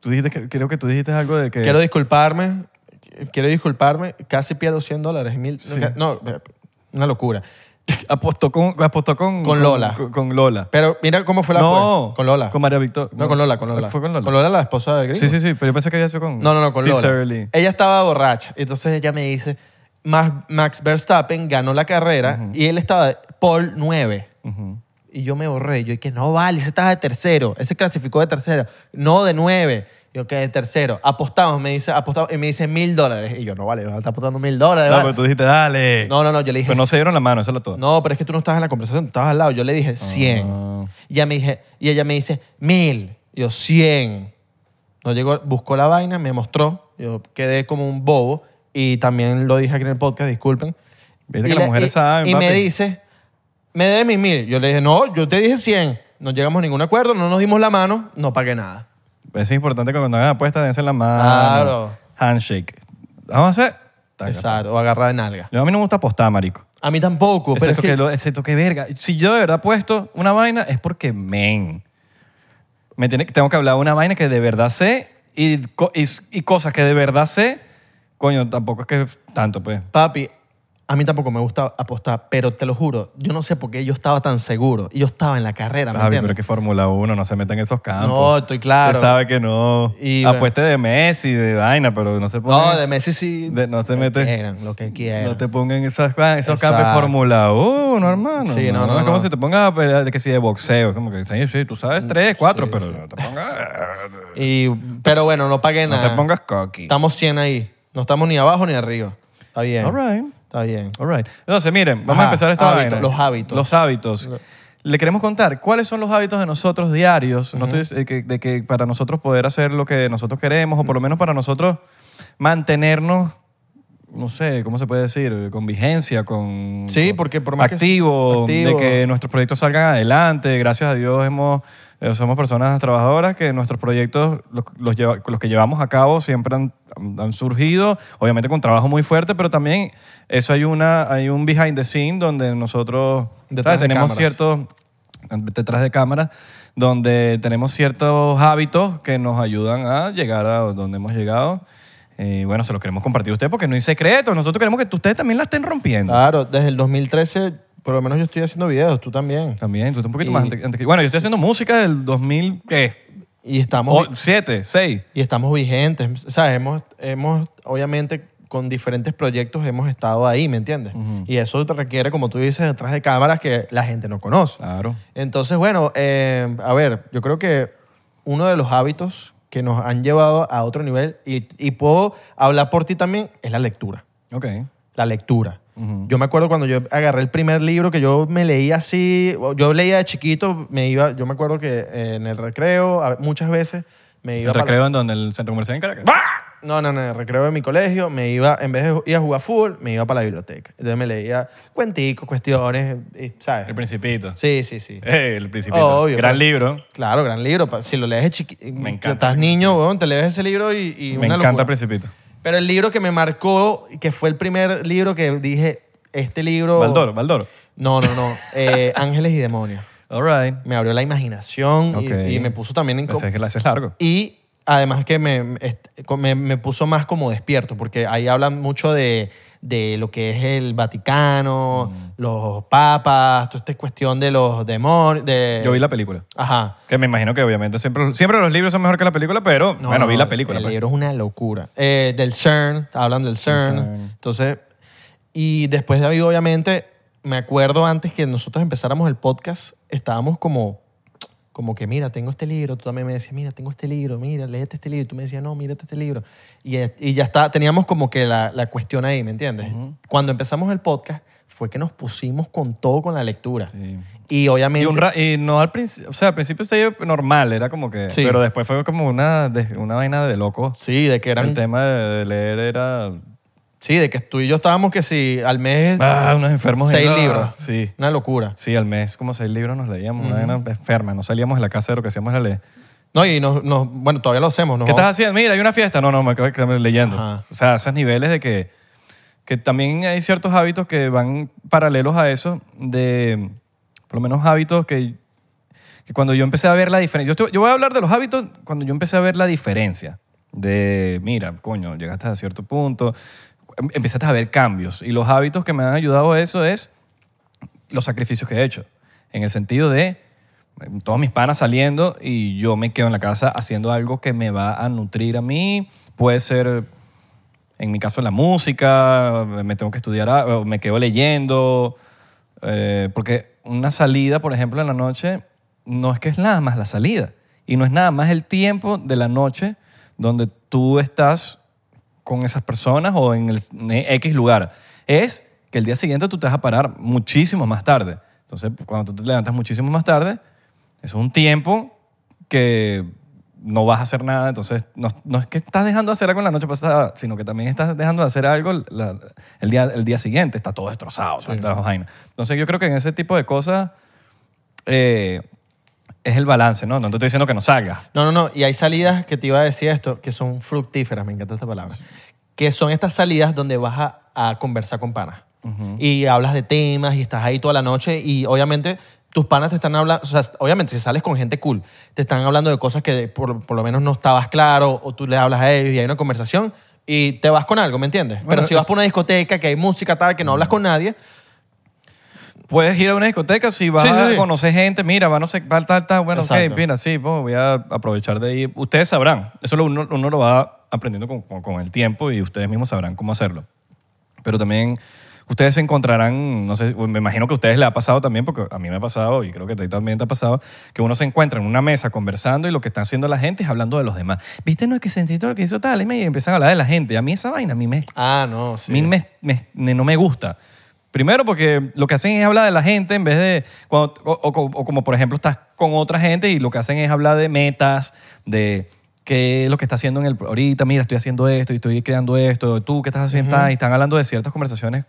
Speaker 1: Tú dijiste que, creo que tú dijiste algo de que...
Speaker 2: Quiero disculparme. Quiero disculparme. Casi pierdo 100 dólares. Mil, No, una locura.
Speaker 1: apostó con... Apostó con,
Speaker 2: Con Lola.
Speaker 1: Con, con Lola.
Speaker 2: Pero mira cómo fue la
Speaker 1: no.
Speaker 2: apuesta. Con Lola.
Speaker 1: Con María Victoria.
Speaker 2: No, con Lola, con Lola.
Speaker 1: Fue con Lola.
Speaker 2: la esposa del gringo.
Speaker 1: Sí, sí, sí. Pero yo pensé que había sido con...
Speaker 2: No, no, no, con Lola. Eh,
Speaker 1: Sincerely.
Speaker 2: Ella estaba borracha. Entonces ella me dice, "Ma- Max Verstappen ganó la carrera y él estaba de Paul 9.
Speaker 1: Ujú.
Speaker 2: Y yo me borré. Yo, que no vale, ese estaba de tercero. Ese clasificó de tercero. No, de 9. Yo, que de tercero. Apostamos, me dice, apostamos. Y me dice mil dólares. Y yo, no vale, está apostando mil dólares.
Speaker 1: No,
Speaker 2: vale".
Speaker 1: pero tú dijiste, dale.
Speaker 2: eh, No, no, no, yo le dije...
Speaker 1: Pero no se dieron la mano, eso es lo todo.
Speaker 2: "No, pero es que tú no estabas en la conversación, tú estabas al lado. Yo le dije 100.
Speaker 1: Ah.
Speaker 2: Y, ella me dije, y ella me dice mil. Y yo, 100. No llegó, buscó la vaina, me mostró. Yo quedé como un bobo. Y también lo dije aquí en el podcast, disculpen.
Speaker 1: Viste
Speaker 2: Y
Speaker 1: que
Speaker 2: le-
Speaker 1: las mujeres
Speaker 2: y-
Speaker 1: saben,
Speaker 2: Y me
Speaker 1: papi.
Speaker 2: dice, me debe mis mil. Yo le dije, no, yo te dije 100. No llegamos a ningún acuerdo, no nos dimos la mano, no pagué nada.
Speaker 1: Es importante que cuando hagan apuestas dense la mano.
Speaker 2: Claro.
Speaker 1: Handshake. Vamos a hacer. Taca.
Speaker 2: Exacto, o agarrar de nalga.
Speaker 1: Yo a mí no me gusta apostar, marico.
Speaker 2: A mí tampoco, pero es
Speaker 1: Excepto
Speaker 2: que,
Speaker 1: que, lo- excepto que verga. Si yo de verdad puesto una vaina es porque, men, me tiene, que- tengo que hablar de una vaina que de verdad sé y, co- y, y cosas que de verdad sé, coño, tampoco es que tanto, pues.
Speaker 2: papi, a mí tampoco me gusta apostar, pero te lo juro, yo no sé por qué yo estaba tan seguro. Y yo estaba en la carrera, ¿me
Speaker 1: Javi, pero
Speaker 2: entiendes?
Speaker 1: es que Fórmula 1 no se meten en esos campos.
Speaker 2: No, estoy claro.
Speaker 1: Usted sabe que no.
Speaker 2: Y, bueno.
Speaker 1: Apueste de Messi, de vaina, pero no se pongan...
Speaker 2: No, de Messi sí.
Speaker 1: de- no se
Speaker 2: lo
Speaker 1: mete-
Speaker 2: que Quieran, lo que quieran.
Speaker 1: No te pongan esas, ah, esos
Speaker 2: Exacto.
Speaker 1: campos de Fórmula 1, hermano.
Speaker 2: Sí, no, no,
Speaker 1: Es como
Speaker 2: no. Mm,
Speaker 1: si te pongas a pelear de que si de boxeo. Como que, sí, sí, tú sabes tres, cuatro, pero no te pongas...
Speaker 2: Y, pero bueno, no pagué
Speaker 1: No
Speaker 2: nada.
Speaker 1: te pongas cocky.
Speaker 2: Estamos 100 ahí. No estamos ni abajo ni arriba. Está bien.
Speaker 1: All right.
Speaker 2: Está bien.
Speaker 1: All right. Entonces, miren, vamos
Speaker 2: Ajá,
Speaker 1: a empezar esta
Speaker 2: hábitos,
Speaker 1: vaina.
Speaker 2: los hábitos.
Speaker 1: Los hábitos. Le queremos contar cuáles son los hábitos de nosotros diarios, no estoy- eh, que- de que para nosotros poder hacer lo que nosotros queremos, o por lo menos para nosotros mantenernos, no sé, ¿cómo se puede decir? Con vigencia, con.
Speaker 2: Sí,
Speaker 1: con-
Speaker 2: porque por más que-
Speaker 1: activo, de
Speaker 2: activo.
Speaker 1: que nuestros proyectos salgan adelante. Gracias a Dios hemos, eh, somos personas trabajadoras que nuestros proyectos, los, los lleva- los que llevamos a cabo, siempre han, han surgido, obviamente con trabajo muy fuerte, pero también eso hay, una, hay un behind the scene donde nosotros
Speaker 2: Detrás
Speaker 1: ¿sabes?
Speaker 2: de
Speaker 1: tenemos
Speaker 2: cámaras.
Speaker 1: ciertos detrás de cámara, donde tenemos ciertos hábitos que nos ayudan a llegar a donde hemos llegado. Y bueno, se los queremos compartir a ustedes porque no hay secreto. Nosotros queremos que ustedes también la estén rompiendo.
Speaker 2: Claro, desde el 2013, por lo menos yo estoy haciendo videos, tú también.
Speaker 1: También, tú estás un poquito
Speaker 2: Y-
Speaker 1: más antes, antes que- Bueno, yo estoy haciendo música del 2000, ¿qué?
Speaker 2: Y estamos,
Speaker 1: O- ¿Siete? ¿Seis?
Speaker 2: y estamos vigentes. O sea, hemos, hemos, obviamente, con diferentes proyectos hemos estado ahí, ¿me entiendes? Y eso te requiere, como tú dices, detrás de cámaras que la gente no conoce.
Speaker 1: Claro.
Speaker 2: Entonces, bueno, eh, a ver, yo creo que uno de los hábitos que nos han llevado a otro nivel, y, y puedo hablar por ti también, es la lectura.
Speaker 1: Ok.
Speaker 2: la lectura. Yo me acuerdo cuando yo agarré el primer libro que yo me leía así, yo leía de chiquito, me iba, yo me acuerdo que eh, en el recreo a- muchas veces me iba
Speaker 1: ¿El
Speaker 2: para-
Speaker 1: recreo en donde? ¿El centro comercial en Caracas?
Speaker 2: no, no, no, en el recreo de mi colegio me iba en vez de ju- ir a jugar fútbol, me iba para la biblioteca. Entonces me leía cuenticos, cuestiones, y-
Speaker 1: El
Speaker 2: ¿sabes?
Speaker 1: Principito.
Speaker 2: Sí, sí, sí.
Speaker 1: Eh, el Principito.
Speaker 2: Oh, Obvio, pues.
Speaker 1: Gran
Speaker 2: pero-
Speaker 1: libro.
Speaker 2: Claro, gran libro, pa- si lo lees de chiquito,
Speaker 1: Me encanta.
Speaker 2: estás niño, weón, te lees ese libro y, y
Speaker 1: Me
Speaker 2: una
Speaker 1: encanta
Speaker 2: locura.
Speaker 1: el Principito.
Speaker 2: Pero el libro que me marcó, que fue el primer libro que dije, este libro
Speaker 1: Valdoro, Valdoro.
Speaker 2: No, no, no. Eh, Ángeles y demonios.
Speaker 1: All right.
Speaker 2: Me abrió la imaginación
Speaker 1: Ok.
Speaker 2: y- y, me puso también en... co-
Speaker 1: Ese es, ese es largo.
Speaker 2: Y además que me, me- este, co- me- me puso más como despierto, porque ahí hablan mucho de, de lo que es el Vaticano,
Speaker 1: Mm.
Speaker 2: los papas, toda esta cuestión de los demonios, de...
Speaker 1: Yo vi la película.
Speaker 2: Ajá.
Speaker 1: Que me imagino que obviamente siempre, siempre los libros son mejor que la película, pero
Speaker 2: No,
Speaker 1: bueno,
Speaker 2: no,
Speaker 1: vi la película.
Speaker 2: El
Speaker 1: pues.
Speaker 2: libro es una locura. Eh, del CERN, hablan del CERN.
Speaker 1: CERN.
Speaker 2: Entonces, y después de ahí, obviamente, me acuerdo antes que nosotros empezáramos el podcast, estábamos como, como que, mira, tengo este libro. Tú también me decías, mira, tengo este libro, mira, léete este libro. Y Tú me decías, no, mírate este libro. Y, eh, y ya está, teníamos como que la, la cuestión ahí, ¿me entiendes? Cuando empezamos el podcast, fue que nos pusimos con todo con la lectura.
Speaker 1: Sí.
Speaker 2: Y obviamente.
Speaker 1: Y, un ra- y no al principio, o sea, al principio estaba normal, era como que,
Speaker 2: Sí.
Speaker 1: pero después fue como una, de- una vaina de loco.
Speaker 2: Sí, de que
Speaker 1: El
Speaker 2: eran.
Speaker 1: tema de, de leer era,
Speaker 2: Sí, de que tú y yo estábamos que si al mes.
Speaker 1: ah, unos enfermos.
Speaker 2: Seis
Speaker 1: Ah,
Speaker 2: libros.
Speaker 1: Sí,
Speaker 2: Una locura.
Speaker 1: sí, al mes como seis libros nos leíamos, una vaina enferma, no salíamos de la casa de lo que hacíamos era leer.
Speaker 2: No, y nos, nos- bueno, todavía lo hacemos, ¿no?
Speaker 1: ¿Qué estás haciendo? Mira, hay una fiesta. No, no, me acabo de quedar leyendo.
Speaker 2: Ajá.
Speaker 1: O sea, esos niveles de que, que también hay ciertos hábitos que van paralelos a eso, de por lo menos hábitos que, que cuando yo empecé a ver la diferencia, yo, estoy- yo voy a hablar de los hábitos cuando yo empecé a ver la diferencia, de, mira, coño, llegaste a cierto punto, em- empezaste a ver cambios, y los hábitos que me han ayudado a eso es los sacrificios que he hecho. En el sentido de em, todos mis panas saliendo y yo me quedo en la casa haciendo algo que me va a nutrir a mí. Puede ser, en mi caso, la música, me tengo que estudiar, a- o me quedo leyendo. eh, porque una salida, por ejemplo, en la noche, no es que es nada más la salida. Y no es nada más el tiempo de la noche donde tú estás con esas personas o en el en X lugar. Es que el día siguiente tú te vas a parar muchísimo más tarde. Entonces, cuando tú te levantas muchísimo más tarde, eso es un tiempo que no vas a hacer nada, entonces no, no es que estás dejando de hacer algo en la noche pasada, sino que también estás dejando de hacer algo la- el, día, el día siguiente, está todo destrozado, tantas vainas. Entonces yo creo que en ese tipo de cosas eh, es el balance, ¿no? No te estoy diciendo que no salgas.
Speaker 2: No, no, no. Y hay salidas que te iba a decir esto, que son fructíferas, me encanta esta palabra. Que son estas salidas donde vas a, a conversar con panas. Y hablas de temas y estás ahí toda la noche y obviamente tus panas te están hablando, o sea, obviamente si sales con gente cool, te están hablando de cosas que por, por lo menos no estabas claro o tú le hablas a ellos y hay una conversación y te vas con algo, ¿me entiendes?
Speaker 1: Bueno,
Speaker 2: Pero si vas
Speaker 1: es- Mm.
Speaker 2: por una discoteca que hay música tal, que no hablas con nadie,
Speaker 1: Puedes ir a una discoteca si vas
Speaker 2: Sí, sí,
Speaker 1: a
Speaker 2: sí.
Speaker 1: conocer gente, mira, va no sé, tal, tal, tal, bueno, ok,
Speaker 2: Exacto.
Speaker 1: mira, sí, pues, voy a aprovechar de ir. Ustedes sabrán, eso lo- uno, uno lo va aprendiendo con, con- con el tiempo y ustedes mismos sabrán cómo hacerlo. Pero también ustedes se encontrarán, no sé, me imagino que a ustedes les ha pasado también, porque a mí me ha pasado y creo que a ti también te ha pasado, que uno se encuentra en una mesa conversando y lo que está haciendo la gente es hablando de los demás. ¿Viste? No, es que sentí todo lo que hizo tal y me empiezan a hablar de la gente. A mí esa vaina, a mí me
Speaker 2: ah, no,
Speaker 1: a
Speaker 2: sí.
Speaker 1: mí me- me- me- no me gusta. Primero porque lo que hacen es hablar de la gente en vez de... cuando- o, o- o como por ejemplo estás con otra gente y lo que hacen es hablar de metas, de qué es lo que está haciendo en el... Ahorita, mira, estoy haciendo esto y estoy creando esto, tú qué estás haciendo, y están hablando de ciertas conversaciones.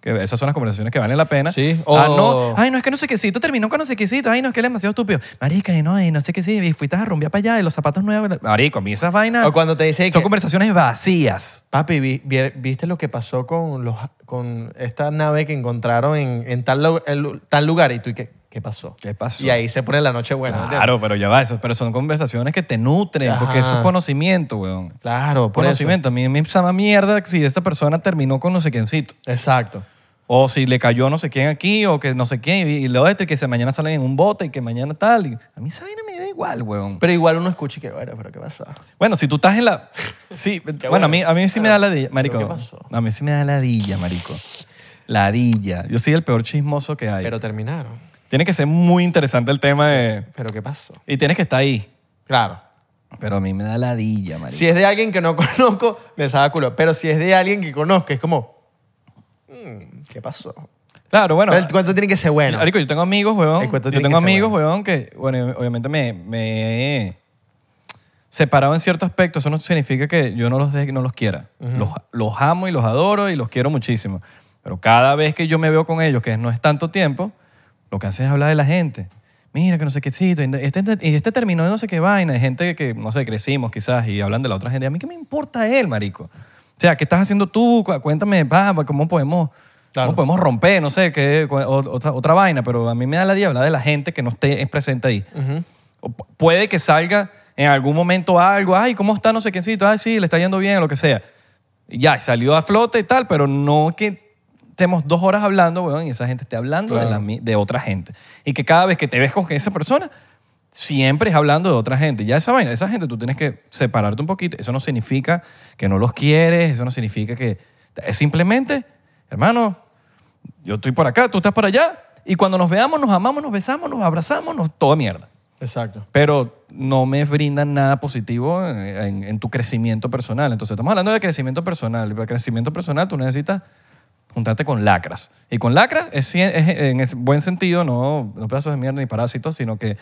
Speaker 1: Que esas son las conversaciones que valen la pena.
Speaker 2: Sí,
Speaker 1: Ah,
Speaker 2: o-
Speaker 1: no, ay, no, es que no sé quécito terminó con no sé quécito ay, no, es que él es demasiado estúpido. Marica, y no, y no sé qué sí, y fuiste a rumbear para allá, y los zapatos nuevos. Marico, a mí esas vainas
Speaker 2: O cuando te dice
Speaker 1: son
Speaker 2: que-
Speaker 1: conversaciones vacías.
Speaker 2: Papi, vi- vi- ¿viste lo que pasó con, los, con esta nave que encontraron en, en tal, lu- el- tal lugar? Y tú, ¿y qué, qué pasó?
Speaker 1: ¿Qué pasó?
Speaker 2: Y ahí se pone la noche buena. ¿entiendes?
Speaker 1: Claro, pero ya va, eso, pero son conversaciones que te nutren,
Speaker 2: Ajá.
Speaker 1: porque eso es conocimiento, weón.
Speaker 2: Claro, por eso.
Speaker 1: conocimiento. A mí me sama mierda si esta persona terminó con no sé quiéncito.
Speaker 2: Exacto.
Speaker 1: O si le cayó no sé quién aquí, o que no sé quién, y, y lo este, que se mañana salen en un bote y que mañana tal. y- a mí esa vaina me da igual, weón.
Speaker 2: Pero igual uno escucha y que, bueno, pero ¿qué pasó?
Speaker 1: Bueno, si tú estás en la... Sí, bueno, a, mí, a mí sí me da ladilla, marico.
Speaker 2: ¿qué pasó?
Speaker 1: A mí sí me da ladilla, marico. Ladilla. Yo soy el peor chismoso que hay.
Speaker 2: Pero terminaron.
Speaker 1: Tiene que ser muy interesante el tema de...
Speaker 2: ¿Pero qué pasó?
Speaker 1: Y tienes que estar ahí.
Speaker 2: Claro.
Speaker 1: Pero a mí me da ladilla, marico.
Speaker 2: Si es de alguien que no conozco, me saca culo. Pero si es de alguien que conozco, es como, mm, ¿qué pasó?
Speaker 1: Claro, bueno.
Speaker 2: Pero el cuento tiene que ser bueno.
Speaker 1: Marico, yo tengo amigos, weón.
Speaker 2: El cuento
Speaker 1: Yo
Speaker 2: tiene
Speaker 1: tengo
Speaker 2: que ser
Speaker 1: amigos, weón, que, bueno, obviamente me, me he separado en cierto aspecto. Eso no significa que yo no los, deje- no los quiera. los, los amo y los adoro y los quiero muchísimo. Pero cada vez que yo me veo con ellos, que no es tanto tiempo, lo que hacen es hablar de la gente. Mira, que no sé qué sitio. Este, y este terminó de no sé qué vaina. Hay gente que, no sé, crecimos quizás y hablan de la otra gente. A mí, ¿qué me importa él, marico? O sea, ¿qué estás haciendo tú? Cu- Cuéntame, papá, ¿cómo podemos...?
Speaker 2: Claro.
Speaker 1: ¿Cómo podemos podemos romper, no sé, qué, cu- o- otra, otra vaina, pero a mí me da la diabla de la gente que no esté presente ahí. O pu- puede que salga en algún momento algo, ay, ¿cómo está no sé quiéncito? Ay, sí, le está yendo bien, lo que sea. Y ya, salió a flote y tal, pero no que estemos dos horas hablando, weón, y esa gente esté hablando de,
Speaker 2: Claro.
Speaker 1: la mi- de otra gente. Y que cada vez que te ves con esa persona, siempre es hablando de otra gente. Ya esa vaina, esa gente tú tienes que separarte un poquito. Eso no significa que no los quieres, eso no significa que... Es simplemente, hermano, yo estoy por acá, tú estás por allá, y cuando nos veamos, nos amamos, nos besamos, nos abrazamos, nos, toda mierda.
Speaker 2: Exacto.
Speaker 1: Pero no me brindan nada positivo en, en- en tu crecimiento personal. Entonces, estamos hablando de crecimiento personal. Y para crecimiento personal, tú necesitas juntarte con lacras. Y con lacras es, cien- es en ese buen sentido, no, no pedazos de mierda ni parásitos, sino que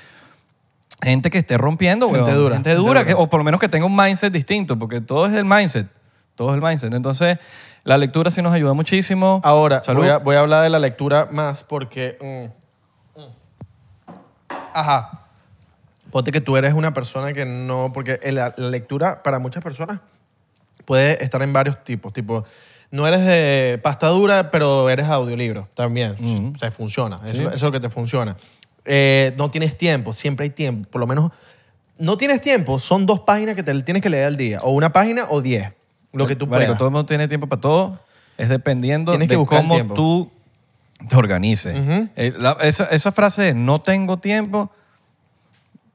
Speaker 1: gente que esté rompiendo,
Speaker 2: Gente
Speaker 1: weón.
Speaker 2: dura,
Speaker 1: Gente
Speaker 2: gente
Speaker 1: dura,
Speaker 2: dura.
Speaker 1: que- o por lo menos que tenga un mindset distinto, porque todo es el mindset. Todo es el mindset. Entonces, la lectura sí nos ayuda muchísimo.
Speaker 2: Ahora,
Speaker 1: Salud.
Speaker 2: voy a, voy a hablar de la lectura más porque... mm, mm. Ajá. Ponte que tú eres una persona que no... Porque el- la, lectura para muchas personas puede estar en varios tipos. Tipo, no eres de pasta dura, pero eres audiolibro también.
Speaker 1: Ujú.
Speaker 2: Se funciona. Eso,
Speaker 1: Sí.
Speaker 2: eso es lo que te funciona. Eh, no tienes tiempo. Siempre hay tiempo. Por lo menos... No tienes tiempo. Son dos páginas que te tienes que leer al día. O una página o diez. Lo que tú
Speaker 1: Eh, Marico,
Speaker 2: puedas.
Speaker 1: todo el mundo tiene tiempo para todo. Es dependiendo
Speaker 2: Tienes que
Speaker 1: de
Speaker 2: buscar el
Speaker 1: cómo
Speaker 2: tiempo.
Speaker 1: tú te organices.
Speaker 2: Ujú.
Speaker 1: Eh, la- esa, esa frase de no tengo tiempo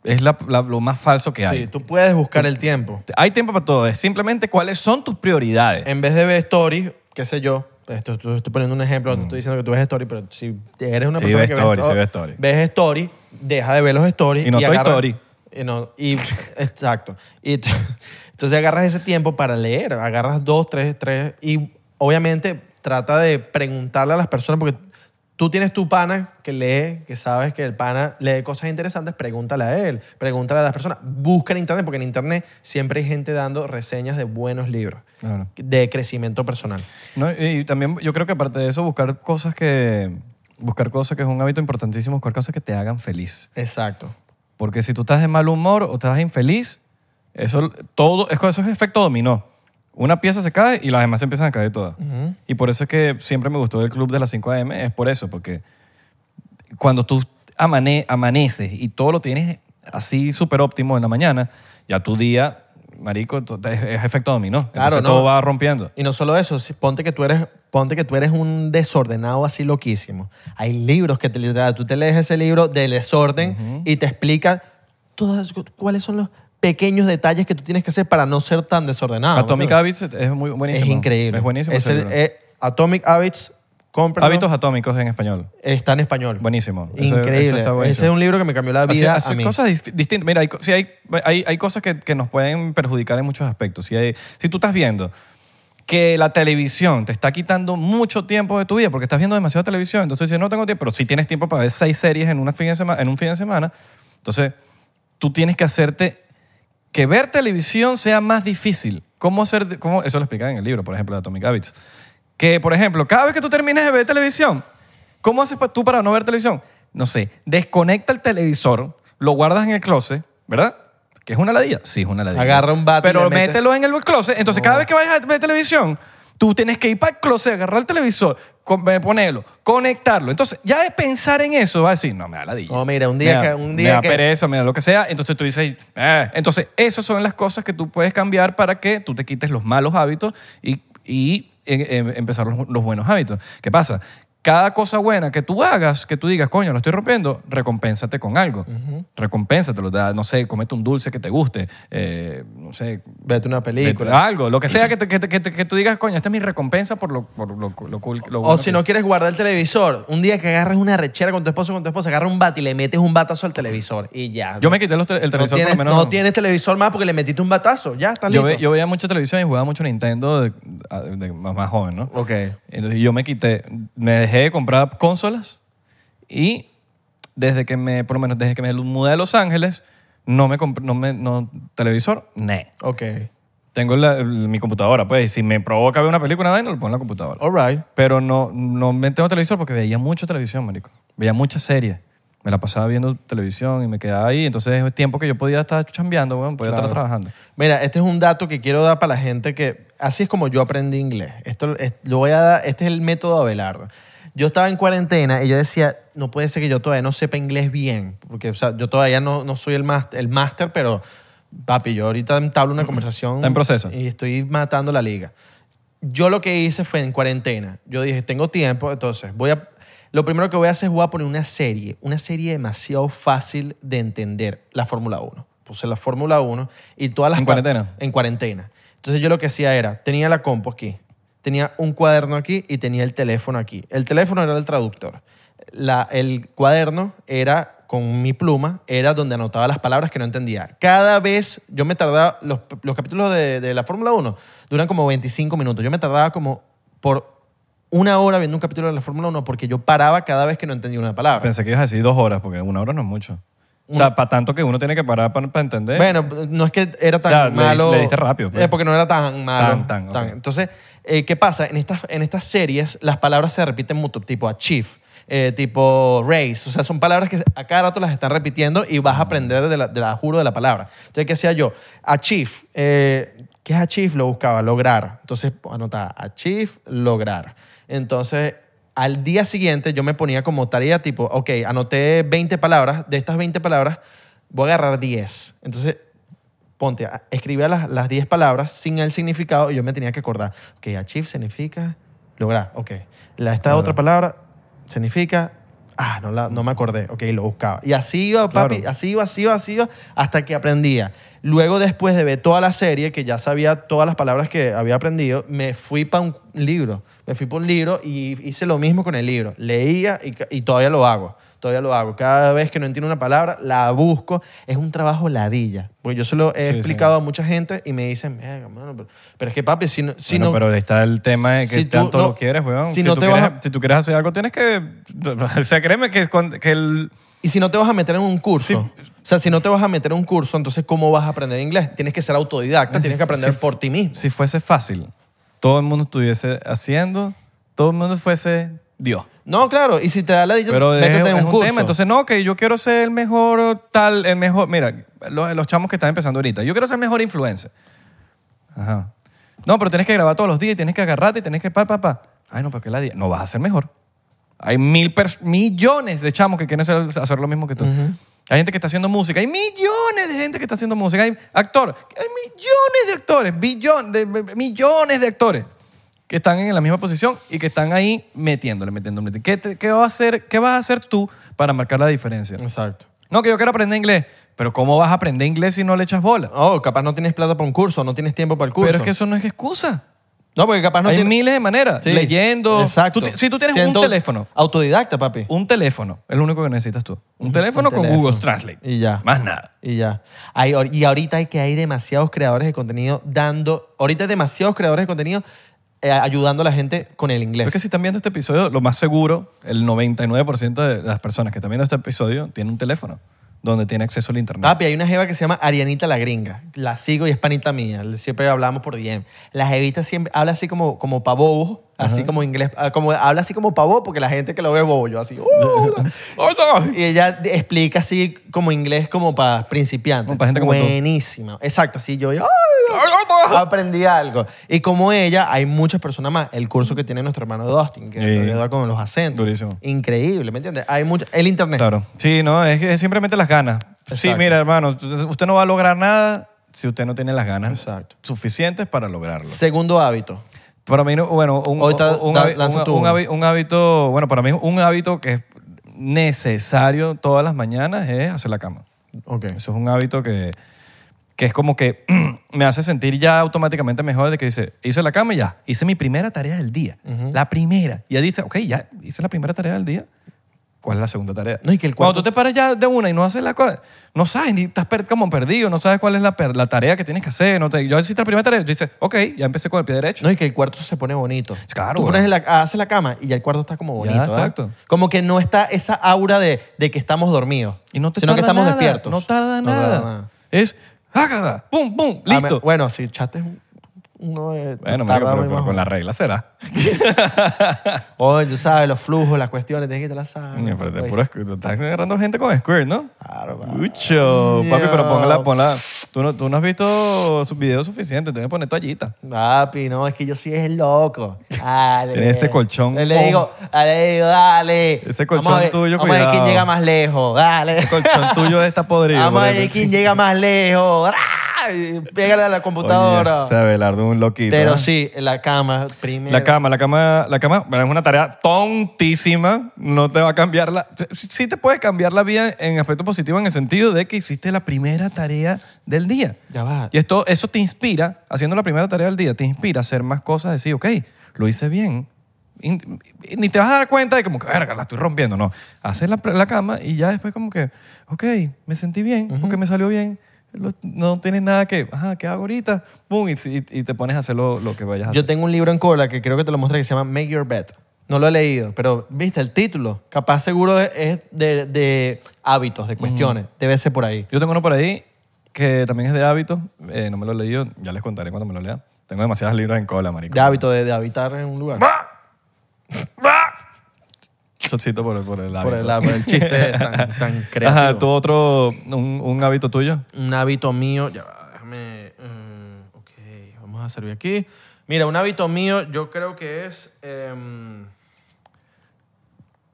Speaker 1: es la- la- lo más falso que
Speaker 2: Sí,
Speaker 1: hay.
Speaker 2: tú puedes buscar el tiempo.
Speaker 1: Hay tiempo para todo. Es simplemente cuáles son tus prioridades.
Speaker 2: en vez de ver stories, qué sé yo, esto, esto- estoy poniendo un ejemplo, no te estoy diciendo que tú ves stories, pero si eres una
Speaker 1: Mm. Sí,
Speaker 2: persona
Speaker 1: ves
Speaker 2: que
Speaker 1: stories,
Speaker 2: ve
Speaker 1: sí
Speaker 2: stories,
Speaker 1: ves stories.
Speaker 2: ves stories, deja de ver los stories
Speaker 1: Y no Toy
Speaker 2: agarra-
Speaker 1: Story.
Speaker 2: Y no, y, exacto. Y t- entonces agarras ese tiempo para leer, agarras dos, tres, tres, y obviamente trata de preguntarle a las personas porque Tú tienes tu pana que lee, que sabes que el pana lee cosas interesantes, pregúntale a él, pregúntale a las personas, busca en internet, porque en internet siempre hay gente dando reseñas de buenos libros,
Speaker 1: Claro.
Speaker 2: de crecimiento personal.
Speaker 1: No, y y también yo creo que aparte de eso, buscar cosas que... Buscar cosas que es un hábito importantísimo, buscar cosas que te hagan feliz.
Speaker 2: Exacto.
Speaker 1: Porque si tú estás de mal humor o estás infeliz, eso, todo, es- eso es efecto dominó. Una pieza se cae y las demás se empiezan a caer todas. Y por eso es que siempre me gustó el club de las 5 a.m. Es por eso, porque cuando tú amane- amaneces y todo lo tienes así súper óptimo en la mañana, ya tu día, marico, to- es, es efecto dominó.
Speaker 2: Claro,
Speaker 1: Entonces
Speaker 2: no.
Speaker 1: todo va rompiendo.
Speaker 2: Y no solo eso, si- ponte que tú eres, ponte que tú eres un desordenado así loquísimo. Hay libros que te literal, tú te lees ese libro del desorden y te explica todas cuáles son los pequeños detalles que tú tienes que hacer para no ser tan desordenado.
Speaker 1: Atomic Habits es muy buenísimo.
Speaker 2: Ah, Es increíble.
Speaker 1: Es buenísimo.
Speaker 2: Es
Speaker 1: ese
Speaker 2: el-
Speaker 1: libro.
Speaker 2: eh, Atomic Habits, cómpralo.
Speaker 1: Hábitos atómicos en español.
Speaker 2: Está en español.
Speaker 1: Buenísimo. Eso- eso
Speaker 2: Increíble.
Speaker 1: está buenísimo.
Speaker 2: Ese es un libro que me cambió la vida
Speaker 1: Hacer- hacer
Speaker 2: a mí.
Speaker 1: cosas dis- distintas. Mira, hay, co- sí, hay, hay, hay cosas que, que nos pueden perjudicar en muchos aspectos. Si, hay- si tú estás viendo que la televisión te está quitando mucho tiempo de tu vida porque estás viendo demasiada televisión, entonces si no tengo tiempo, pero si tienes tiempo para ver seis series en, una fin de semana, en un fin de semana, entonces tú tienes que hacerte que ver televisión sea más difícil. ¿Cómo hacer, cómo, eso lo explican en el libro, por ejemplo, de Atomic Habits. Que, por ejemplo, cada vez que tú termines de ver televisión, ¿cómo haces pa- tú para no ver televisión? No sé, desconecta el televisor, lo guardas en el closet, ¿verdad? Que es una ladilla. Sí, es una ladilla.
Speaker 2: Agarra un bate y
Speaker 1: Pero
Speaker 2: le metes- Oh.
Speaker 1: mételo en el closet. Entonces, cada vez que vayas a ver televisión, tú tienes que ir para el closet, agarrar el televisor, con- eh, ponerlo, conectarlo. Entonces, ya de pensar en eso, va a decir, no, me da ladilla.
Speaker 2: No, Oh, mira, un día
Speaker 1: Me da-
Speaker 2: que- un
Speaker 1: me
Speaker 2: día
Speaker 1: da
Speaker 2: que-
Speaker 1: pereza, me da lo que sea. Entonces tú dices, "Eh". entonces esas son las cosas que tú puedes cambiar para que tú te quites los malos hábitos y, y, eh, eh, empezar los, los buenos hábitos. ¿Qué pasa? Cada cosa buena que tú hagas, que tú digas, coño, lo estoy rompiendo, recompénsate con algo. Recompénsatelo. da- No sé, comete un dulce que te guste. eh, no sé,
Speaker 2: Vete una película.
Speaker 1: algo. Lo que sea que, te- que te- que te- que tú digas, coño, esta es mi recompensa por lo, por lo, lo cool- lo bueno
Speaker 2: O si
Speaker 1: que
Speaker 2: no
Speaker 1: hice".
Speaker 2: quieres guardar el televisor, un día que agarres una rechera con tu esposo o con tu esposa, agarra un bate y le metes un batazo al televisor y ya.
Speaker 1: Yo me quité los te- el televisor
Speaker 2: no tienes,
Speaker 1: por lo menos.
Speaker 2: no tienes televisor más porque le metiste un batazo. Ya, está
Speaker 1: yo, ve-
Speaker 2: listo.
Speaker 1: yo veía mucha televisión y jugaba mucho Nintendo de, de más, más joven, ¿no?
Speaker 2: Ok.
Speaker 1: Entonces yo me quité, me dejé de comprar consolas y desde que me, por lo menos desde que me mudé a Los Ángeles, no me compré, no me, no, televisor, ne.
Speaker 2: Ok.
Speaker 1: Tengo la- el- mi computadora, pues, y si me provoca ver una película, nada, no lo pongo en la computadora.
Speaker 2: All right.
Speaker 1: Pero no, no me tengo televisor porque veía mucho televisión, marico. Veía muchas series. Me la pasaba viendo televisión y me quedaba ahí. Entonces, es tiempo que yo podía estar chambeando, bueno, podía
Speaker 2: Claro.
Speaker 1: estar trabajando.
Speaker 2: Mira, este es un dato que quiero dar para la gente que así es como yo aprendí inglés. Esto es- lo voy a dar, este es el método Abelardo. Yo estaba en cuarentena y yo decía, no puede ser que yo todavía no sepa inglés bien, porque o sea, yo todavía no, no soy el máster, el máster, pero papi, yo ahorita entablo una conversación
Speaker 1: Está en proceso.
Speaker 2: y estoy matando la liga. Yo lo que hice fue en cuarentena. Yo dije, tengo tiempo, entonces voy a lo primero que voy a hacer es voy a poner una serie, una serie demasiado fácil de entender, la Fórmula 1. Puse la Fórmula 1 y todas las
Speaker 1: ¿En
Speaker 2: pa-
Speaker 1: cuarentena?
Speaker 2: en cuarentena. Entonces yo lo que hacía era, tenía la compu aquí, tenía un cuaderno aquí y tenía el teléfono aquí. El teléfono era el traductor. La- el cuaderno era con mi pluma, era donde anotaba las palabras que no entendía. Cada vez yo me tardaba, los, los capítulos de, de la Fórmula 1 duran como 25 minutos. Yo me tardaba como por una hora viendo un capítulo de la Fórmula 1 porque yo paraba cada vez que no entendía una palabra.
Speaker 1: Pensé que ibas a decir dos horas, porque una hora no es mucho. O sea, para tanto que uno tiene que parar para entender.
Speaker 2: Bueno, no es que era tan
Speaker 1: O sea, le-
Speaker 2: malo.
Speaker 1: le diste rápido, pues.
Speaker 2: Eh, porque no era tan malo.
Speaker 1: Tan, tan, ok.
Speaker 2: Entonces, eh, ¿qué pasa? En estas, en estas series, las palabras se repiten mucho, tipo achieve, eh, tipo race. O sea, son palabras que a cada rato las están repitiendo y
Speaker 1: Mm.
Speaker 2: vas a aprender de la, de la- juro de la palabra. Entonces, ¿qué hacía yo? Achieve. eh, ¿Qué es achieve? Lo buscaba, lograr. Entonces, anotaba achieve, lograr. Entonces, al día siguiente yo me ponía como tarea tipo, ok, anoté 20 palabras, de estas 20 palabras voy a agarrar 10. Entonces, ponte, a- escribía las, las 10 palabras sin el significado y yo me tenía que acordar, ok, achieve significa lograr, ok. La, esta
Speaker 1: Claro.
Speaker 2: otra palabra significa, ah, no, la, no me acordé, ok, lo buscaba. Y así iba, papi,
Speaker 1: Claro.
Speaker 2: así iba, así iba, así iba, hasta que aprendía. Luego, después de ver toda la serie, que ya sabía todas las palabras que había aprendido, me fui para un, libro. Me fui por un libro y hice lo mismo con el libro. Leía y, ca- y todavía lo hago. Todavía lo hago. Cada vez que no entiendo una palabra, la busco. Es un trabajo ladilla. Porque yo se lo he
Speaker 1: Sí, sí.
Speaker 2: explicado a mucha gente y me dicen, "Verga, mano, pero, pero es que papi, si no... Si
Speaker 1: Bueno,
Speaker 2: no
Speaker 1: pero ahí está el tema de que
Speaker 2: si tú
Speaker 1: tanto
Speaker 2: no-
Speaker 1: lo quieres, weón.
Speaker 2: si
Speaker 1: Si,
Speaker 2: no
Speaker 1: tú
Speaker 2: te vas
Speaker 1: quieres,
Speaker 2: a-
Speaker 1: si tú quieres hacer algo, tienes que... O sea, créeme que, cuando- que el...
Speaker 2: Y si no te vas a meter en un curso,
Speaker 1: Sí.
Speaker 2: o sea, si no te vas a meter en un curso, entonces ¿cómo vas a aprender inglés? Tienes que ser autodidacta, tienes que aprender
Speaker 1: Sí.
Speaker 2: por ti mismo.
Speaker 1: Si fuese fácil, todo el mundo estuviese haciendo, todo el mundo fuese Dios.
Speaker 2: No, claro, y si te da la dicha,
Speaker 1: Pero es,
Speaker 2: métete en
Speaker 1: es
Speaker 2: un,
Speaker 1: un
Speaker 2: curso.
Speaker 1: tema. Entonces, no, que yo quiero ser el mejor tal, el mejor... Mira, los, los chamos que están empezando ahorita. Yo quiero ser el mejor influencer. Ajá. No, pero tienes que grabar todos los días y tienes que agarrarte y tienes que pa, pa, pa. Ay, no, pero qué la día. No vas a ser mejor. Hay mil pers- millones de chamos que quieren hacer, hacer lo mismo que tú. Hay gente que está haciendo música. Hay millones de gente que está haciendo música. Hay actor. Hay millones de actores. billón- de- de- millones de actores que están en la misma posición y que están ahí metiéndole, metiéndole. metiéndole. ¿Qué, te- qué, va a hacer, ¿Qué vas a hacer tú para marcar la diferencia?
Speaker 2: Exacto.
Speaker 1: No, que yo quiero aprender inglés. Pero ¿cómo vas a aprender inglés si no le echas bola?
Speaker 2: Oh, capaz no tienes plata para un curso, no tienes tiempo para el curso.
Speaker 1: Pero es que eso no es excusa.
Speaker 2: No, porque capaz no
Speaker 1: Hay
Speaker 2: tienes...
Speaker 1: miles de maneras.
Speaker 2: Sí,
Speaker 1: Leyendo.
Speaker 2: Exacto.
Speaker 1: Tú ti- si tú tienes
Speaker 2: Siendo
Speaker 1: un teléfono,
Speaker 2: Autodidacta, papi.
Speaker 1: un teléfono es lo único que necesitas tú. Un teléfono con
Speaker 2: teléfono.
Speaker 1: Google Translate.
Speaker 2: Y ya.
Speaker 1: Más nada.
Speaker 2: Y ya. Hay, ahor- y ahorita hay que hay demasiados creadores de contenido dando... Ahorita hay demasiados creadores de contenido eh, ayudando a la gente con el inglés.
Speaker 1: Pero es que si están viendo este episodio, lo más seguro, el 99% de las personas que están viendo este episodio tienen un teléfono donde tiene acceso al internet.
Speaker 2: Papi, hay una jeva que se llama Arianita la Gringa. La sigo y es panita mía. Siempre hablamos por DM. La jevita siempre habla así como, como pa' bobo, así como inglés, ah, como, habla así como pavo porque la gente que lo ve es bobo, yo así. "Hola". y ella de- explica así como inglés como para principiantes.
Speaker 1: Como pa' gente como tú.
Speaker 2: Buenísima. Exacto, así yo. "Ay, aprendí algo. Y como ella, hay muchas personas más. El curso que tiene nuestro hermano Dustin, que
Speaker 1: Sí.
Speaker 2: le da con los acentos.
Speaker 1: Durísimo.
Speaker 2: Increíble, ¿me entiendes? Hay mucho. El internet.
Speaker 1: Claro. Sí, no, es, que es simplemente las ganas. Sí,
Speaker 2: Exacto.
Speaker 1: mira, hermano, usted no va a lograr nada si usted no tiene las ganas
Speaker 2: Exacto.
Speaker 1: suficientes para lograrlo.
Speaker 2: Segundo hábito.
Speaker 1: Para mí, no- bueno, un,
Speaker 2: Hoy ta-
Speaker 1: un
Speaker 2: ta-
Speaker 1: hábi-
Speaker 2: lanza
Speaker 1: un-
Speaker 2: tú
Speaker 1: un
Speaker 2: uno.
Speaker 1: hábi- un hábito, bueno, para mí un hábito que es necesario todas las mañanas es hacer la cama.
Speaker 2: Ok.
Speaker 1: Eso es un hábito que, que es como que me hace sentir ya automáticamente mejor de que dice, hice la cama y ya, hice mi primera tarea del día. La primera. Y ya dice, ok, ya hice la primera tarea del día. ¿Cuál es la segunda tarea?
Speaker 2: No, y que el
Speaker 1: Cuando
Speaker 2: cuarto-
Speaker 1: tú te paras ya de una y no haces la cosa, no sabes, ni estás per- como perdido, no sabes cuál es la, per- la tarea que tienes que hacer. No te, yo hice la primera tarea, tú dices, ok, ya empecé con el pie derecho.
Speaker 2: No, y que el cuarto se pone bonito.
Speaker 1: Claro,
Speaker 2: Tú
Speaker 1: güey.
Speaker 2: pones la, haces la cama y ya el cuarto está como bonito. ¿eh?
Speaker 1: exacto.
Speaker 2: Como que no está esa aura de, de que estamos dormidos.
Speaker 1: Y no te
Speaker 2: sino
Speaker 1: tarda
Speaker 2: que estamos
Speaker 1: nada,
Speaker 2: despiertos.
Speaker 1: No tarda nada. Es, hágada, pum, pum,
Speaker 2: A
Speaker 1: listo.
Speaker 2: Ah, me- bueno, si chates uno de.
Speaker 1: Bueno, marico, pero-
Speaker 2: tarda muy
Speaker 1: pero
Speaker 2: bajo.
Speaker 1: con la regla será.
Speaker 2: Oye, tú sabes, los flujos, las cuestiones, tienes que te las sabes.
Speaker 1: Coño, pero te
Speaker 2: Oye,
Speaker 1: puro escu- te estás agarrando gente con Squirt, ¿no?
Speaker 2: claro, pues. Ah, va.
Speaker 1: Mucho. Papi, pero
Speaker 2: Yo.
Speaker 1: ponla, ponla. Tú no, tú no has visto sus videos suficientes, tienes que poner toallita.
Speaker 2: Papi, no, es que yo sí es loco. Dale.
Speaker 1: Tienes ese colchón
Speaker 2: Yo
Speaker 1: con-
Speaker 2: Le digo, dale, le digo, dale.
Speaker 1: Ese
Speaker 2: Vamos a
Speaker 1: colchón
Speaker 2: ver-
Speaker 1: tuyo,
Speaker 2: Vamos a ver quién
Speaker 1: cuidado.
Speaker 2: llega más lejos. Dale.
Speaker 1: El colchón tuyo está podrido.
Speaker 2: Vamos a
Speaker 1: marico.
Speaker 2: ver quién llega más lejos. ¡Ah! Pégale a la
Speaker 1: Oye,
Speaker 2: computadora.
Speaker 1: ese Abelardo, un loquito. ¿eh?
Speaker 2: Pero sí, la cama primero.
Speaker 1: La cama, la cama, la cama, bueno, es una tarea tontísima, no te va a cambiar la... Sí sí te puede cambiar la vida en aspecto positivo en el sentido de que hiciste la primera tarea del día.
Speaker 2: Ya va.
Speaker 1: Y esto, eso te inspira, haciendo la primera tarea del día, te inspira a hacer más cosas, decir, ok, lo hice bien. Y- y ni te vas a dar cuenta de como que, verga, la estoy rompiendo, no. Haces la, la cama y ya después como que, ok, me sentí bien, porque me salió bien. Lo- No tienes nada que, ajá, ¿qué hago ahorita? Pum, y, y- y te pones a hacer lo, lo que vayas a hacer.
Speaker 2: Yo tengo un libro en cola que creo que te lo mostré que se llama Make Your Bed. No lo he leído, pero viste el título. Capaz seguro es- es de, de hábitos, de cuestiones.
Speaker 1: Mm.
Speaker 2: Debe ser por ahí.
Speaker 1: Yo tengo uno por ahí que también es de hábitos. Eh, no me lo he leído. Ya les contaré cuando me lo lea. Tengo demasiadas libros en cola, marico.
Speaker 2: De hábito, de, de habitar en un lugar.
Speaker 1: Chocito por, por el hábito.
Speaker 2: Por el, por el chiste tan, tan creativo.
Speaker 1: Ajá, tú otro, un, un hábito tuyo.
Speaker 2: Un hábito mío, ya va, déjame. mm, ok, vamos a servir aquí. Mira, un hábito mío, yo creo que es. em,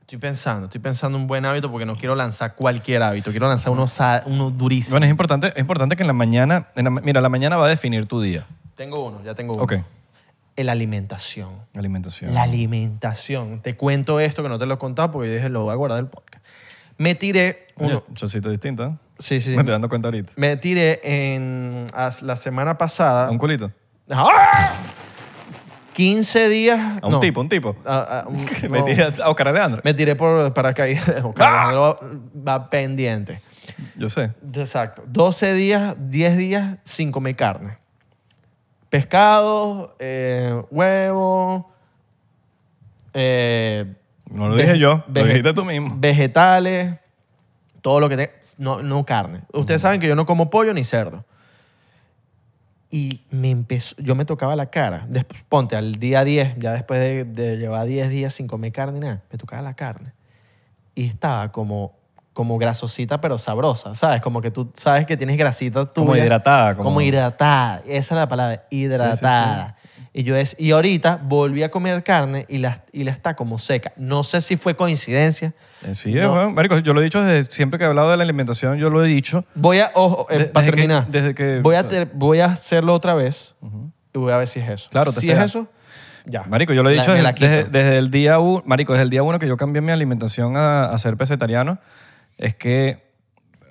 Speaker 2: estoy pensando, estoy pensando un buen hábito porque no quiero lanzar cualquier hábito, quiero lanzar uno, sa- uno durísimo.
Speaker 1: Bueno, es importante, es importante que en la mañana, en la ma- mira, la mañana va a definir tu día.
Speaker 2: Tengo uno, ya tengo uno.
Speaker 1: Ok.
Speaker 2: La alimentación.
Speaker 1: Alimentación.
Speaker 2: La alimentación. Te cuento esto que no te lo he contado porque yo dije, lo voy a guardar el podcast. Me tiré.
Speaker 1: Oye,
Speaker 2: Uno,
Speaker 1: un chocito distinto. ¿eh?
Speaker 2: sí, sí.
Speaker 1: Me estoy dando cuenta ahorita.
Speaker 2: Me tiré en, as- la semana
Speaker 1: ¿A
Speaker 2: pasada.
Speaker 1: un culito?
Speaker 2: ¡Ah! 15 días.
Speaker 1: A un
Speaker 2: no,
Speaker 1: tipo, un tipo.
Speaker 2: a- a un-
Speaker 1: Que
Speaker 2: no,
Speaker 1: me tiré ¡Ah! a Oscar Alejandro.
Speaker 2: me tiré por paracaídas. Oscar Alejandro va, va pendiente.
Speaker 1: Yo sé.
Speaker 2: Exacto. 12 días, 10 días sin comer carne. Pescado, eh, huevo. eh,
Speaker 1: No lo
Speaker 2: ve-
Speaker 1: dije yo, lo
Speaker 2: vege-
Speaker 1: dijiste tú mismo.
Speaker 2: Vegetales, todo lo que te, no, no carne.
Speaker 1: Mm.
Speaker 2: Ustedes saben que yo no como pollo ni cerdo. Y me empezó, yo me tocaba la cara. Después, ponte al día 10, ya después de, de llevar 10 días sin comer carne ni nada, me tocaba la carne. Y estaba como, como grasosita, pero sabrosa, ¿sabes? Como que tú sabes que tienes grasita tuya.
Speaker 1: Como hidratada, como-
Speaker 2: Como, hidratada. Esa es la palabra, hidratada. Y yo es, y ahorita volví a comer carne y la, y la está como seca. No sé si fue coincidencia.
Speaker 1: Eh, Sí, es,
Speaker 2: No.
Speaker 1: weón. Marico, yo lo he dicho desde siempre que he hablado de la alimentación, yo lo he dicho.
Speaker 2: Voy a, ojo, eh,
Speaker 1: De-
Speaker 2: para
Speaker 1: desde que-
Speaker 2: terminar.
Speaker 1: desde que-
Speaker 2: voy, a ter- voy a hacerlo otra vez y voy a ver si es eso.
Speaker 1: Claro, te
Speaker 2: Si es
Speaker 1: espera.
Speaker 2: eso, ya.
Speaker 1: Marico, yo lo he
Speaker 2: La-
Speaker 1: dicho
Speaker 2: me
Speaker 1: desde,
Speaker 2: la quito.
Speaker 1: desde- desde el día uno, marico, desde el día uno que yo cambié mi alimentación a, a ser pescetariano, es que,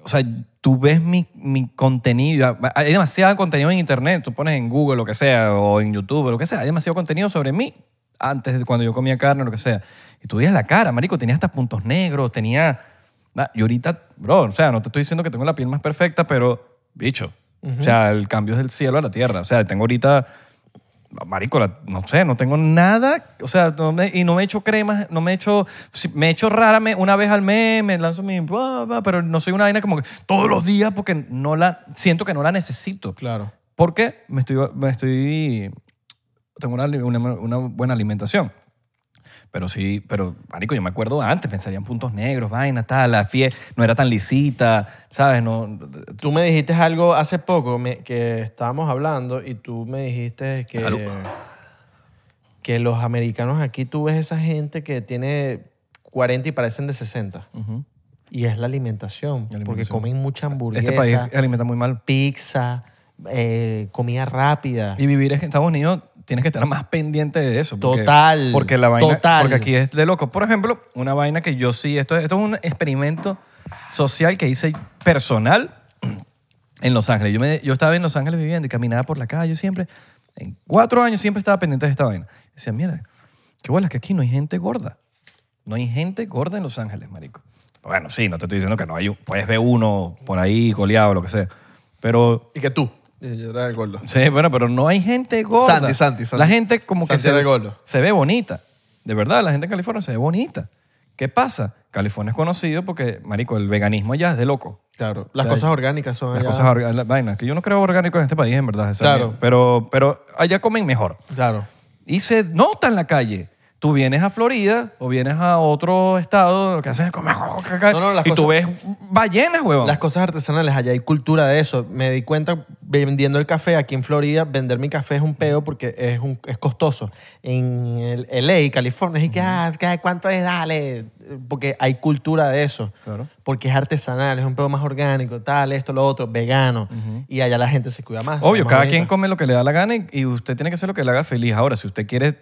Speaker 1: o sea, tú ves mi, mi contenido, hay demasiado contenido en internet, tú pones en Google lo que sea, o en YouTube, o lo que sea, hay demasiado contenido sobre mí antes de cuando yo comía carne, lo que sea. Y tú veías la cara, marico, tenía hasta puntos negros, tenía... na- Y ahorita, bro, o sea, no te estoy diciendo que tengo la piel más perfecta, pero, bicho, o sea, el cambio es del cielo a la tierra. O sea, tengo ahorita Marico, la- no sé, no tengo nada, o sea, no me- y no me echo cremas, no me echo, si- me echo rara me- una vez al mes, me lanzo mi, bah, bah, pero no soy una vaina como que todos los días porque no la, siento que no la necesito.
Speaker 2: Claro.
Speaker 1: Porque me estoy, me estoy, tengo una, una- una buena alimentación. Pero sí, pero, marico, yo me acuerdo antes, pensaría en puntos negros, vaina, tal, la piel no era tan lisita, ¿sabes? No,
Speaker 2: Tú me dijiste algo hace poco me- que estábamos hablando y tú me dijiste que,
Speaker 1: Salud.
Speaker 2: que los americanos aquí tú ves esa gente que tiene 40 y parecen de 60.
Speaker 1: Ujú.
Speaker 2: Y es la
Speaker 1: La
Speaker 2: alimentación, porque
Speaker 1: alimentación.
Speaker 2: comen mucha hamburguesa,
Speaker 1: este país alimenta muy mal.
Speaker 2: pizza, eh, comida rápida.
Speaker 1: Y vivir en Estados Unidos tienes que estar más pendiente de eso. porque-
Speaker 2: Total,
Speaker 1: Porque la vaina.
Speaker 2: total.
Speaker 1: Porque aquí es de loco. Por ejemplo, una vaina que yo sí. Esto, esto es un experimento social que hice personal en Los Ángeles. Yo, me, yo estaba en Los Ángeles viviendo y caminaba por la calle. Yo siempre, en cuatro años, siempre estaba pendiente de esta vaina. Decía, mierda, qué bolas que aquí no hay gente gorda. No hay gente gorda en Los Ángeles, marico. Bueno, sí, no te estoy diciendo que no hay. un- Puedes ver uno por ahí coleado, lo que sea. Pero
Speaker 2: Y que tú. Yo era el gordo.
Speaker 1: Sí, bueno, pero no hay gente gorda.
Speaker 2: Santi, Santi, Santi.
Speaker 1: La gente como que
Speaker 2: Santi
Speaker 1: se,
Speaker 2: era gordo.
Speaker 1: se ve bonita. De verdad, la gente en California se ve bonita. ¿Qué pasa? California es conocido porque, marico, el veganismo allá es de loco.
Speaker 2: Claro. Las
Speaker 1: O sea,
Speaker 2: cosas orgánicas son
Speaker 1: Las
Speaker 2: allá.
Speaker 1: cosas, orga- las vainas, que yo no creo orgánico en este país, en verdad. esa
Speaker 2: Claro.
Speaker 1: mierda. Pero, pero allá comen mejor.
Speaker 2: Claro.
Speaker 1: Y se nota en la calle. Tú vienes a Florida o vienes a otro estado, lo que hacen es comer.
Speaker 2: No, no, las
Speaker 1: y tú ves
Speaker 2: cosas-
Speaker 1: ballenas, huevón.
Speaker 2: Las cosas artesanales, allá hay cultura de eso. Me di cuenta vendiendo el café aquí en Florida, vender mi café es un peo porque es, un, es costoso. En el LA, California, es que, ah, ¿qué? ¿cuánto es? Dale. Porque hay cultura de eso.
Speaker 1: Claro.
Speaker 2: Porque es artesanal, es un peo más orgánico, tal, esto, lo otro, vegano. Y allá la gente Ah, se cuida más.
Speaker 1: Obvio,
Speaker 2: más
Speaker 1: cada
Speaker 2: bonita.
Speaker 1: quien come lo que le da la gana y, y usted tiene que hacer lo que le haga feliz. Ahora, si usted quiere,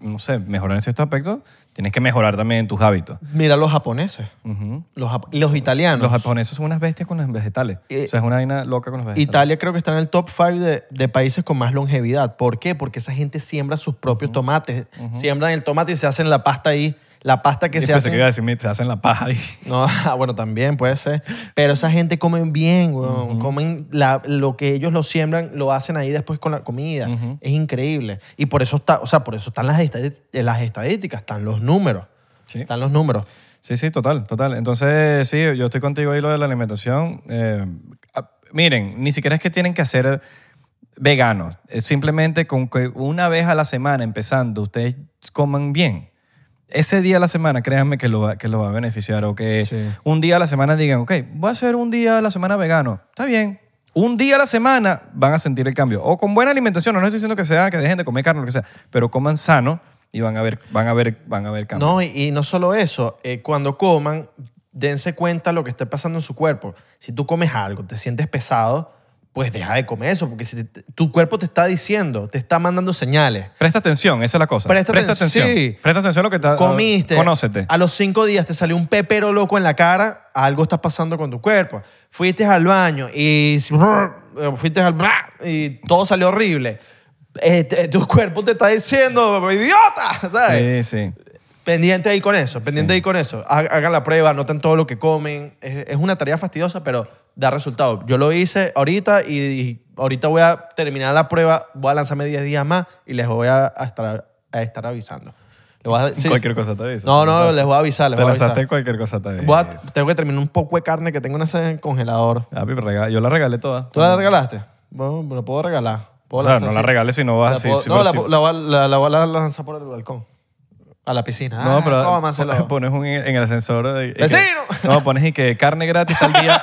Speaker 1: no sé, mejorar en cierto aspecto, tienes que mejorar también tus hábitos.
Speaker 2: Mira los japoneses,
Speaker 1: Ujú.
Speaker 2: los, jap- los italianos.
Speaker 1: Los japoneses son unas bestias con los vegetales.
Speaker 2: Eh,
Speaker 1: o sea, es una vaina loca con los vegetales.
Speaker 2: Italia creo que está en el top 5 de, de países con más longevidad. ¿Por qué? Porque esa gente siembra sus propios tomates. Siembran el tomate y se hacen la pasta ahí. La pasta que
Speaker 1: Y
Speaker 2: se
Speaker 1: pensé que iba
Speaker 2: hace.
Speaker 1: a decir, "Mira, se hacen la paja ahí.
Speaker 2: No, ah, bueno, también puede ser. Pero esa gente comen bien, weón. Comen la- lo que ellos lo siembran, lo hacen ahí después con la comida. Es increíble. Y por eso está, o sea, por eso están las, estadi- eh, las estadísticas, están los números.
Speaker 1: Sí.
Speaker 2: Están los números.
Speaker 1: Sí, sí, total, total. Entonces, sí, yo estoy contigo ahí lo de la alimentación. Eh, ah, miren, ni siquiera es que tienen que hacer veganos. Es simplemente con que una vez a la semana, empezando, ustedes coman bien. Ese día a la semana, créanme que lo va, que lo va a beneficiar. O que
Speaker 2: Sí.
Speaker 1: un día a la semana digan, ok, voy a hacer un día a la semana vegano. Está bien. Un día a la semana van a sentir el cambio. O con buena alimentación, no estoy diciendo que sea que dejen de comer carne, lo que sea, pero coman sano y van a ver, van a ver, van a ver cambios.
Speaker 2: No, y, y no solo eso, eh, cuando coman, dense cuenta lo que está pasando en su cuerpo. Si tú comes algo, te sientes pesado, pues deja de comer eso, porque si te- tu cuerpo te está diciendo, te está mandando señales.
Speaker 1: Presta atención, esa es la cosa.
Speaker 2: Presta aten- sí.
Speaker 1: Presta atención a lo que está.
Speaker 2: Comiste.
Speaker 1: Ah, Conócete.
Speaker 2: A los cinco días te salió un pepero loco en la cara, algo está pasando con tu cuerpo. Fuiste al baño y. Fuiste al. Y todo salió horrible. eh, te- tu cuerpo te está diciendo, idiota, ¿sabes?
Speaker 1: Sí, sí.
Speaker 2: Pendiente ahí con eso, pendiente ahí con eso. Ha- Hagan la prueba, anoten todo lo que comen. Es, es una tarea fastidiosa, pero da resultado. Yo lo hice ahorita y, y ahorita voy a terminar la prueba, voy a lanzarme 10 días más y les voy a, a estar, a estar avisando. Les voy a- sí,
Speaker 1: Cualquier
Speaker 2: sí.
Speaker 1: cosa te avisa.
Speaker 2: No, no, les voy a avisar, les
Speaker 1: Te
Speaker 2: voy a
Speaker 1: lanzaste
Speaker 2: avisar.
Speaker 1: cualquier cosa te
Speaker 2: Voy
Speaker 1: avisa.
Speaker 2: a- tengo que terminar un poco de carne que tengo en ese congelador.
Speaker 1: Ah, pero rega- Yo la regalé toda.
Speaker 2: ¿Tú la regalaste? Bueno, me la puedo regalar. Puedo
Speaker 1: O sea,
Speaker 2: lanzar
Speaker 1: no la
Speaker 2: así.
Speaker 1: regales si no vas
Speaker 2: La
Speaker 1: así.
Speaker 2: puedo-
Speaker 1: sí,
Speaker 2: no,
Speaker 1: pero
Speaker 2: la,
Speaker 1: sí.
Speaker 2: la, voy a- la- la voy a lanzar por el balcón. A la piscina.
Speaker 1: No,
Speaker 2: Ah,
Speaker 1: pero
Speaker 2: tómaselo.
Speaker 1: pones un en el ascensor. de- y que-
Speaker 2: ¡Vecino!
Speaker 1: no, pones y que carne gratis tal día,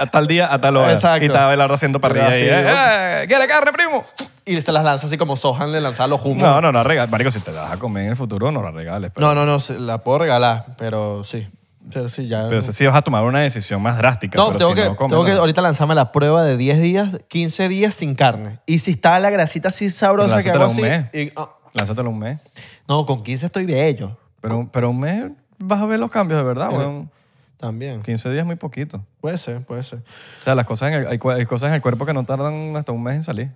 Speaker 1: a tal día, a tal hora.
Speaker 2: Exacto.
Speaker 1: Y está Abelardo haciendo parrilla
Speaker 2: Así,
Speaker 1: ahí.
Speaker 2: ¿no?
Speaker 1: "Eh, ¿Quiere carne, primo?
Speaker 2: Y se las lanza así como Sohan le lanzaba los humos.
Speaker 1: No, no, no la regales. Marico, si te la vas a comer en el futuro, no la regales. Pero,
Speaker 2: no, no, no, se- la puedo regalar, pero sí. Pero sí, ya.
Speaker 1: pero si vas a tomar una decisión más drástica.
Speaker 2: no,
Speaker 1: pero
Speaker 2: tengo,
Speaker 1: si
Speaker 2: que,
Speaker 1: no, cómetela.
Speaker 2: tengo que ahorita lanzarme la prueba de 10 días, 15 días sin carne. Y si está la grasita así sabrosa que hago
Speaker 1: Lánzatela
Speaker 2: así.
Speaker 1: un mes.
Speaker 2: y- ah,
Speaker 1: Lánzatelo un mes.
Speaker 2: no, con 15 estoy de ellos.
Speaker 1: Pero, pero un mes vas a ver los cambios, de verdad, weón.
Speaker 2: También.
Speaker 1: 15 días es muy poquito.
Speaker 2: Puede ser, puede ser.
Speaker 1: O sea, las cosas en el- hay, cua- hay cosas en el cuerpo que no tardan hasta un mes en salir.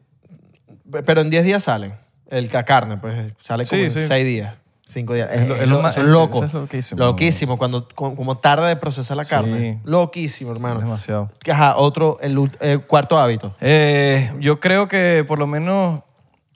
Speaker 2: Pe- Pero en 10 días salen. El la carne, pues sale como
Speaker 1: Sí,
Speaker 2: en
Speaker 1: sí.
Speaker 2: 6 días, 5 días. Es,
Speaker 1: lo-
Speaker 2: es
Speaker 1: es lo
Speaker 2: lo-
Speaker 1: más-
Speaker 2: eso es
Speaker 1: es-
Speaker 2: loco.
Speaker 1: eso es loquísimo.
Speaker 2: Loquísimo, cuando, cu- como tarda de procesar la carne. Loquísimo, hermano.
Speaker 1: Demasiado.
Speaker 2: Que, Ajá, otro, el, ult- el cuarto hábito.
Speaker 1: Eh, yo creo que por lo menos,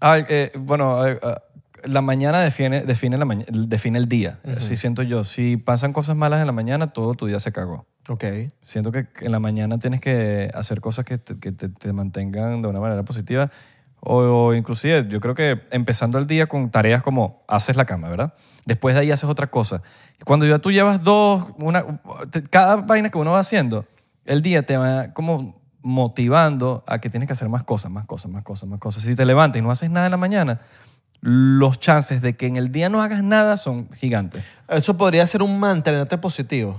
Speaker 1: ah, eh, bueno, eh, ah, la mañana define, define, la maña- define el día. Así siento yo. Si pasan cosas malas en la mañana, todo tu día se cagó.
Speaker 2: Ok.
Speaker 1: Siento que en la mañana tienes que hacer cosas que te, que te- te mantengan de una manera positiva. O, o inclusive, yo creo que empezando el día con tareas como haces la cama, ¿verdad? Después de ahí haces otra cosa. Cuando ya tú llevas dos, una, te- cada vaina que uno va haciendo, el día te va como motivando a que tienes que hacer más cosas, más cosas, más cosas, más cosas. Si te levantas y no haces nada en la mañana, los chances de que en el día no hagas nada son gigantes.
Speaker 2: Eso podría ser un mantenerte positivo.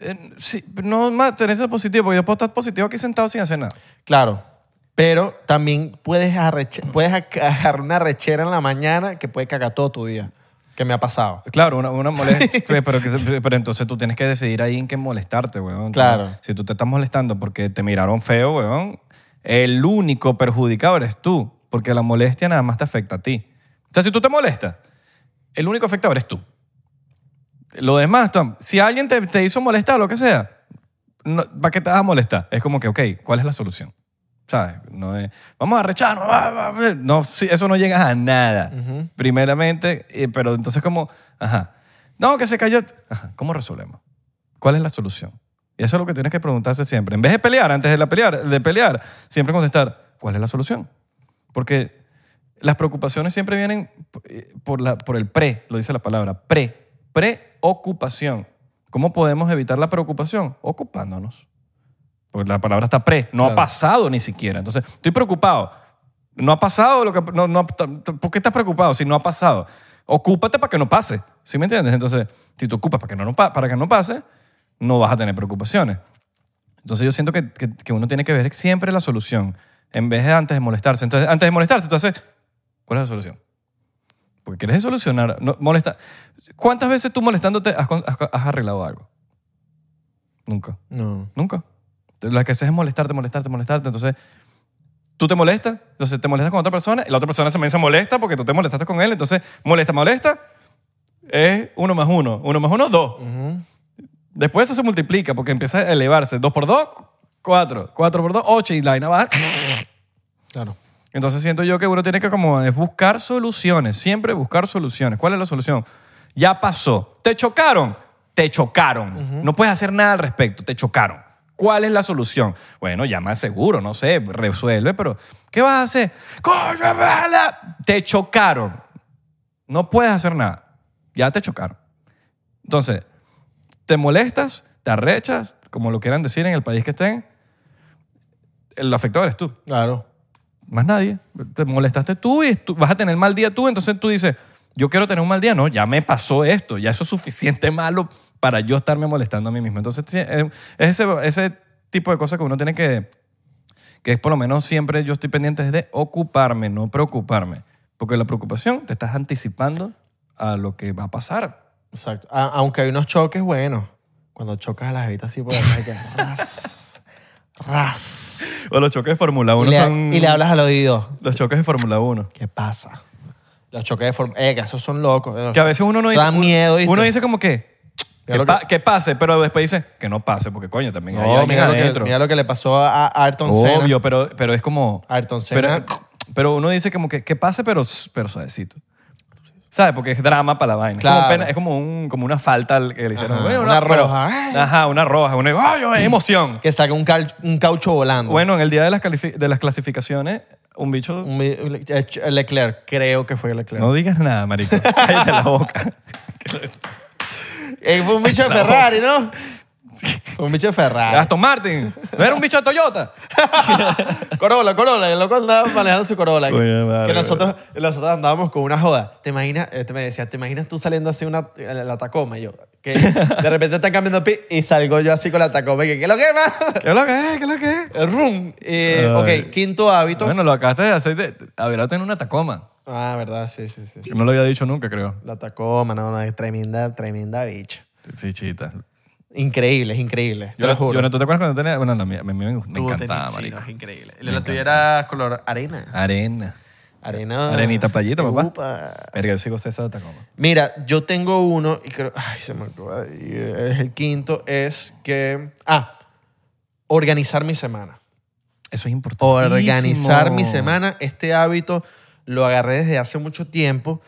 Speaker 1: Eh, sí, no mantenerse positivo, porque yo puedo estar positivo aquí sentado sin hacer nada.
Speaker 2: Claro. Pero también puedes, arreche- puedes agarrar una rechera en la mañana que puede cagar todo tu día. Que me ha pasado.
Speaker 1: Claro, una, una molestia, pero, que- pero entonces tú tienes que decidir ahí en qué molestarte, weón.
Speaker 2: Claro.
Speaker 1: Si tú te estás molestando porque te miraron feo, weón, el único perjudicado eres tú, porque la molestia nada más te afecta a ti. O sea, si tú te molestas, el único afectado eres tú. Lo demás, Tom, si alguien te, te hizo molestar, lo que sea, no, ¿para qué te vas a molestar? Es como que, ok, ¿cuál es la solución? ¿Sabes? No es, vamos a arrecharnos. va, va, va. No, sí, eso no llegas a nada. Primeramente, eh, pero entonces como, ajá. No, que se cayó. Ajá, ¿cómo resolvemos? ¿Cuál es la solución? Y eso es lo que tienes que preguntarse siempre. En vez de pelear, antes de, la pelear, de pelear, siempre contestar, ¿cuál es la solución? Porque las preocupaciones siempre vienen eh, por, la, por el pre, lo dice la palabra, pre, preocupación. ¿Cómo podemos evitar la preocupación? Ocupándonos. Porque la palabra está pre, no
Speaker 2: Claro.
Speaker 1: ha pasado ni siquiera. Entonces, estoy preocupado. No ha pasado lo que... No, no, ¿Por qué estás preocupado si no ha pasado? Ocúpate para que no pase. ¿Sí me entiendes? Entonces, si te ocupas para que no, no pa- para que no pase, no vas a tener preocupaciones. Entonces yo siento que, que- que uno tiene que ver siempre la solución en vez de antes de molestarse. Entonces, antes de molestarse, tú haces, ¿cuál es la solución? Porque quieres solucionar. No, molesta. ¿Cuántas veces tú molestándote has, con- has- has arreglado algo? Nunca.
Speaker 2: No.
Speaker 1: Nunca. Lo que haces es molestarte, molestarte, molestarte. Entonces, tú te molestas, entonces te molestas con otra persona, y la otra persona también se molesta porque tú te molestaste con él. Entonces, molesta, molesta, es uno más uno. Uno más uno, dos.
Speaker 2: Ujú.
Speaker 1: Después eso se multiplica porque empieza a elevarse. 2 por 2, 4. 4 por 2, 8 y la vaina va.
Speaker 2: Claro.
Speaker 1: Entonces siento yo que uno tiene que como es buscar soluciones, siempre buscar soluciones. ¿Cuál es la solución? Ya pasó. ¿Te chocaron? Te chocaron. No puedes hacer nada al respecto, te chocaron. ¿Cuál es la solución? Bueno, llama al seguro, no sé, resuelve, pero ¿qué vas a hacer? ¡Coño, vale! Te chocaron. No puedes hacer nada. Ya te chocaron. Entonces, te molestas, te arrechas, como lo quieran decir en el país que estén, el afectado eres tú
Speaker 2: Claro.
Speaker 1: más nadie. Te molestaste tú y tú- vas a tener mal día tú, entonces tú dices, yo quiero tener un mal día. No, ya me pasó esto, ya eso es suficiente malo para yo estarme molestando a mí mismo. Entonces, sí, eh, es ese, ese tipo de cosas que uno tiene que, que es por lo menos siempre yo estoy pendiente es de ocuparme, no preocuparme. Porque la preocupación te estás anticipando a lo que va a pasar.
Speaker 2: Exacto. A- aunque hay unos choques buenos. Cuando chocas a las evitas así por atrás, que ras, Ras.
Speaker 1: O los choques de Fórmula
Speaker 2: Y
Speaker 1: 1
Speaker 2: le,
Speaker 1: son...
Speaker 2: y le hablas al oído.
Speaker 1: Los choques de Fórmula 1.
Speaker 2: ¿Qué pasa? Los choques de forma. Eh, que esos son locos. eh,
Speaker 1: Que a veces uno no
Speaker 2: eso
Speaker 1: dice...
Speaker 2: Da miedo, ¿viste?
Speaker 1: Uno dice como que...
Speaker 2: Mira
Speaker 1: Que,
Speaker 2: lo
Speaker 1: pa-
Speaker 2: que-
Speaker 1: que pase, pero después dice que no pase, porque coño, también hay
Speaker 2: No,
Speaker 1: alguien
Speaker 2: mira lo, que,
Speaker 1: adentro.
Speaker 2: mira lo que le pasó a a Ayrton Senna.
Speaker 1: Obvio, pero, pero es como...
Speaker 2: Ayrton Senna.
Speaker 1: Pero, pero uno dice como que, que pase, pero, pero suavecito. ¿Sabes? Porque es drama para la vaina. Es como
Speaker 2: Claro.
Speaker 1: pena- Es como, un, como una falta al- que le hicieron.
Speaker 2: Ajá,
Speaker 1: Bueno,
Speaker 2: una
Speaker 1: pero-
Speaker 2: roja. ¿eh?
Speaker 1: ajá, una roja. Uno dice, ¡ay, ay, emoción!
Speaker 2: Que saca un, cal- un caucho volando.
Speaker 1: Bueno, en el día de las, califi- de las clasificaciones, un bicho...
Speaker 2: Un- un- Le- eh, Leclerc, creo que fue Leclerc.
Speaker 1: No digas nada, marico. Cállate la boca.
Speaker 2: Eh, fue un bicho de Ferrari, ¿no? Fue un bicho de Ferrari.
Speaker 1: Aston Martin. No era un bicho de Toyota.
Speaker 2: Corolla, Corolla, el loco andaba manejando su Corolla.
Speaker 1: Coño, madre,
Speaker 2: que nosotros, nosotros andábamos con una joda. ¿Te imaginas? Este me decía, ¿te imaginas tú saliendo así una, la, la Tacoma? Y yo, que de repente están cambiando pi y salgo yo así con la Tacoma. Y que, ¿qué es lo que más?
Speaker 1: ¿Qué es lo que es? ¿Qué es lo que es?
Speaker 2: Rum. Eh,
Speaker 1: Ay.
Speaker 2: ok, quinto hábito.
Speaker 1: Bueno, lo acabaste de hacer. De, Abelardo en una Tacoma.
Speaker 2: Ah, verdad, sí, sí, sí.
Speaker 1: No lo había dicho nunca, creo.
Speaker 2: La Tacoma, no, no, es tremenda, tremenda bicha.
Speaker 1: Sí, chita.
Speaker 2: Increíble, es increíble, te lo
Speaker 1: Yo,
Speaker 2: juro.
Speaker 1: no, ¿tú te acuerdas cuando tenía? Bueno, la mía, a mí me, me
Speaker 2: Tú
Speaker 1: encantaba,
Speaker 2: tenías- sí,
Speaker 1: marico.
Speaker 2: no, es increíble.
Speaker 1: Me
Speaker 2: La tuya
Speaker 1: encantaba.
Speaker 2: era color arena.
Speaker 1: Arena.
Speaker 2: Arena.
Speaker 1: Arenita, playita, papá.
Speaker 2: Upa.
Speaker 1: Verga, yo sigo César de Tacoma.
Speaker 2: Mira, yo tengo uno y creo. Ay, se me acaba de ir. Es el quinto. Es que. Ah, organizar mi semana.
Speaker 1: Eso es importante.
Speaker 2: Organizar mi semana. Este hábito lo agarré desde hace mucho tiempo.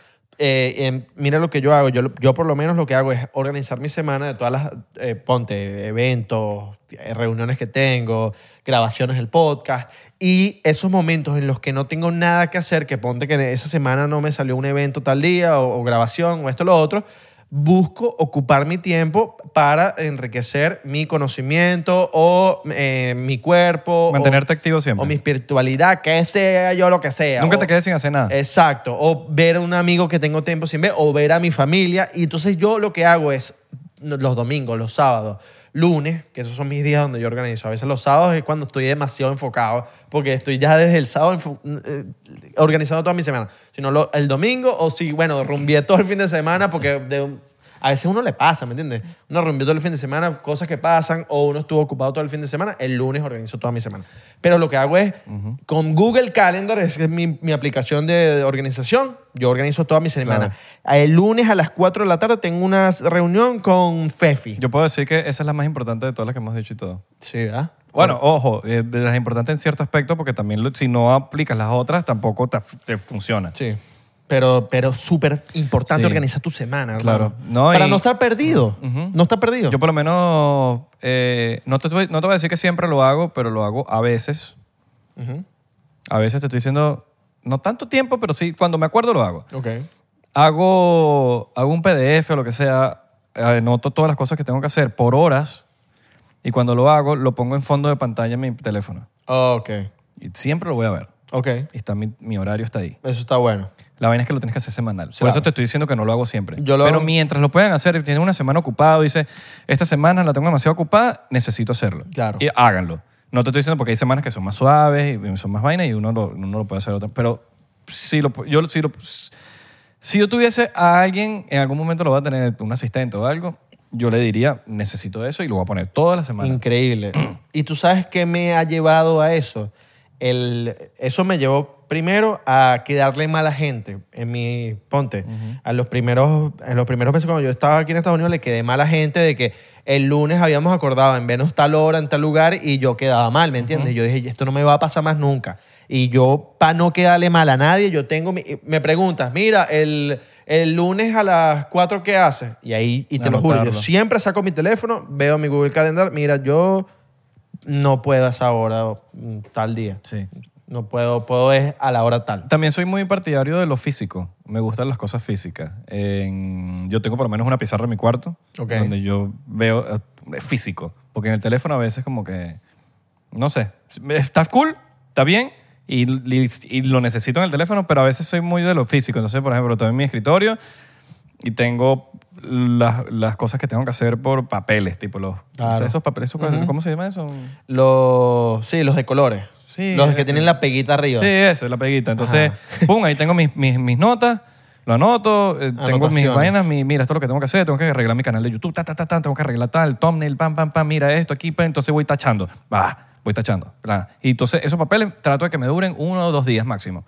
Speaker 2: Eh, em, mira lo que yo hago. Yo, lo- yo por lo menos lo que hago es organizar mi semana de todas las, eh, ponte, eventos, eh, reuniones que tengo, grabaciones del podcast y esos momentos en los que no tengo nada que hacer, que ponte que esa semana no me salió un evento tal día o, o grabación o esto o lo otro, busco ocupar mi tiempo para enriquecer mi conocimiento o eh, mi cuerpo. o-
Speaker 1: Mantenerte activo siempre.
Speaker 2: o mi espiritualidad, que sea yo lo que sea.
Speaker 1: Nunca
Speaker 2: O-
Speaker 1: te
Speaker 2: Eh.
Speaker 1: quedes sin hacer nada.
Speaker 2: Exacto. O ver a un amigo que tengo tiempo sin ver, o ver a mi familia. Y entonces yo lo que hago es no- los domingos, los sábados, lunes, que esos son mis días donde yo organizo. A veces los sábados es cuando estoy demasiado enfocado, porque estoy ya desde el sábado enfo- eh, organizando toda mi semana. Si no, lo- el domingo, o si, bueno, rumbié todo el fin de semana, porque de un- a veces uno le pasa, ¿me entiendes? Uno rompió todo el fin de semana, cosas que pasan, o uno estuvo ocupado todo el fin de semana. El lunes organizo toda mi semana. Pero lo que hago es, con Google Calendar, es que es mi, mi aplicación de, de organización, yo organizo toda mi semana. El lunes a las 4 de la tarde tengo una reunión con Fefi.
Speaker 1: Yo puedo decir que esa es la más importante de todas las que hemos dicho y todo.
Speaker 2: sí, ¿verdad?
Speaker 1: Bueno, ojo, eh, de las importantes en cierto aspecto, porque también lo- si no aplicas las otras, tampoco te, te funciona.
Speaker 2: Sí. Pero, pero súper importante
Speaker 1: Sí.
Speaker 2: organizar tu semana,
Speaker 1: Claro.
Speaker 2: hermano.
Speaker 1: No,
Speaker 2: Para
Speaker 1: y-
Speaker 2: no estar perdido. No estar perdido.
Speaker 1: Yo por lo menos, eh, no, te, estoy- no te voy a decir que siempre lo hago, pero lo hago a veces.
Speaker 2: Ujú.
Speaker 1: A veces te estoy diciendo, no tanto tiempo, pero sí, cuando me acuerdo lo hago.
Speaker 2: Ok.
Speaker 1: Hago, hago un PDF o lo que sea, anoto todas las cosas que tengo que hacer por horas y cuando lo hago lo pongo en fondo de pantalla en mi teléfono.
Speaker 2: Ok.
Speaker 1: Y siempre lo voy a ver.
Speaker 2: Ok.
Speaker 1: Y Está mi, mi horario está ahí.
Speaker 2: Eso está bueno.
Speaker 1: La vaina es que lo tienes que hacer semanal. Por
Speaker 2: Claro.
Speaker 1: eso te estoy diciendo que no lo hago siempre.
Speaker 2: Yo lo
Speaker 1: Pero
Speaker 2: hago-
Speaker 1: mientras lo puedan hacer, y tienen una semana ocupada, dice, esta semana la tengo demasiado ocupada, necesito hacerlo.
Speaker 2: Claro.
Speaker 1: Y háganlo. No te estoy diciendo porque hay semanas que son más suaves y son más vainas y uno, lo, uno lo puede hacer otra. Pero si, lo, yo, si, lo- si yo tuviese a alguien, en algún momento lo va a tener un asistente o algo, yo le diría, necesito eso y lo voy a poner todas las semanas.
Speaker 2: Increíble. y tú sabes qué me ha llevado a eso. El, eso me llevó primero a quedarle mal a gente en mi ponte. A los primeros, en los primeros meses cuando yo estaba aquí en Estados Unidos le quedé mal a gente de que el lunes habíamos acordado en Venus tal hora, en tal lugar y yo quedaba mal, ¿me entiendes? Yo dije, esto no me va a pasar más nunca. Y yo, para no quedarle mal a nadie, yo tengo... mi- me preguntas, mira, el, el lunes a las 4, ¿qué haces? Y ahí, y te lo juro, yo
Speaker 1: Anotarlo.
Speaker 2: siempre saco mi teléfono, veo mi Google Calendar, mira, yo no puedo a esa hora o, mm, tal día.
Speaker 1: Sí.
Speaker 2: No puedo, puedo es a la hora tal.
Speaker 1: También soy muy partidario de lo físico. Me gustan las cosas físicas. En- yo tengo por lo menos una pizarra en mi cuarto
Speaker 2: Ok.
Speaker 1: donde yo veo eh, físico. Porque en el teléfono a veces como que, no sé, está cool, está bien y, y- y lo necesito en el teléfono, pero a veces soy muy de lo físico. Entonces, por ejemplo, tengo en mi escritorio y tengo las, las cosas que tengo que hacer por papeles, tipo los...
Speaker 2: Claro.
Speaker 1: Esos papeles, esos- ¿cómo se llama eso?
Speaker 2: Los, sí, los de colores.
Speaker 1: Sí,
Speaker 2: los
Speaker 1: eh,
Speaker 2: que tienen la peguita arriba.
Speaker 1: Sí, eso es la peguita. Entonces, pum, ahí tengo mis, mis, mis notas, lo anoto, eh, tengo mis
Speaker 2: Anotaciones.
Speaker 1: vainas, mi, mira, esto es lo que tengo que hacer, tengo que arreglar mi canal de YouTube, ta, ta, ta, ta, tengo que arreglar tal, thumbnail, pam, pam, pam, mira esto aquí, pam, entonces voy tachando. Va, voy tachando. plan. Y entonces esos papeles trato de que me duren uno o dos días máximo.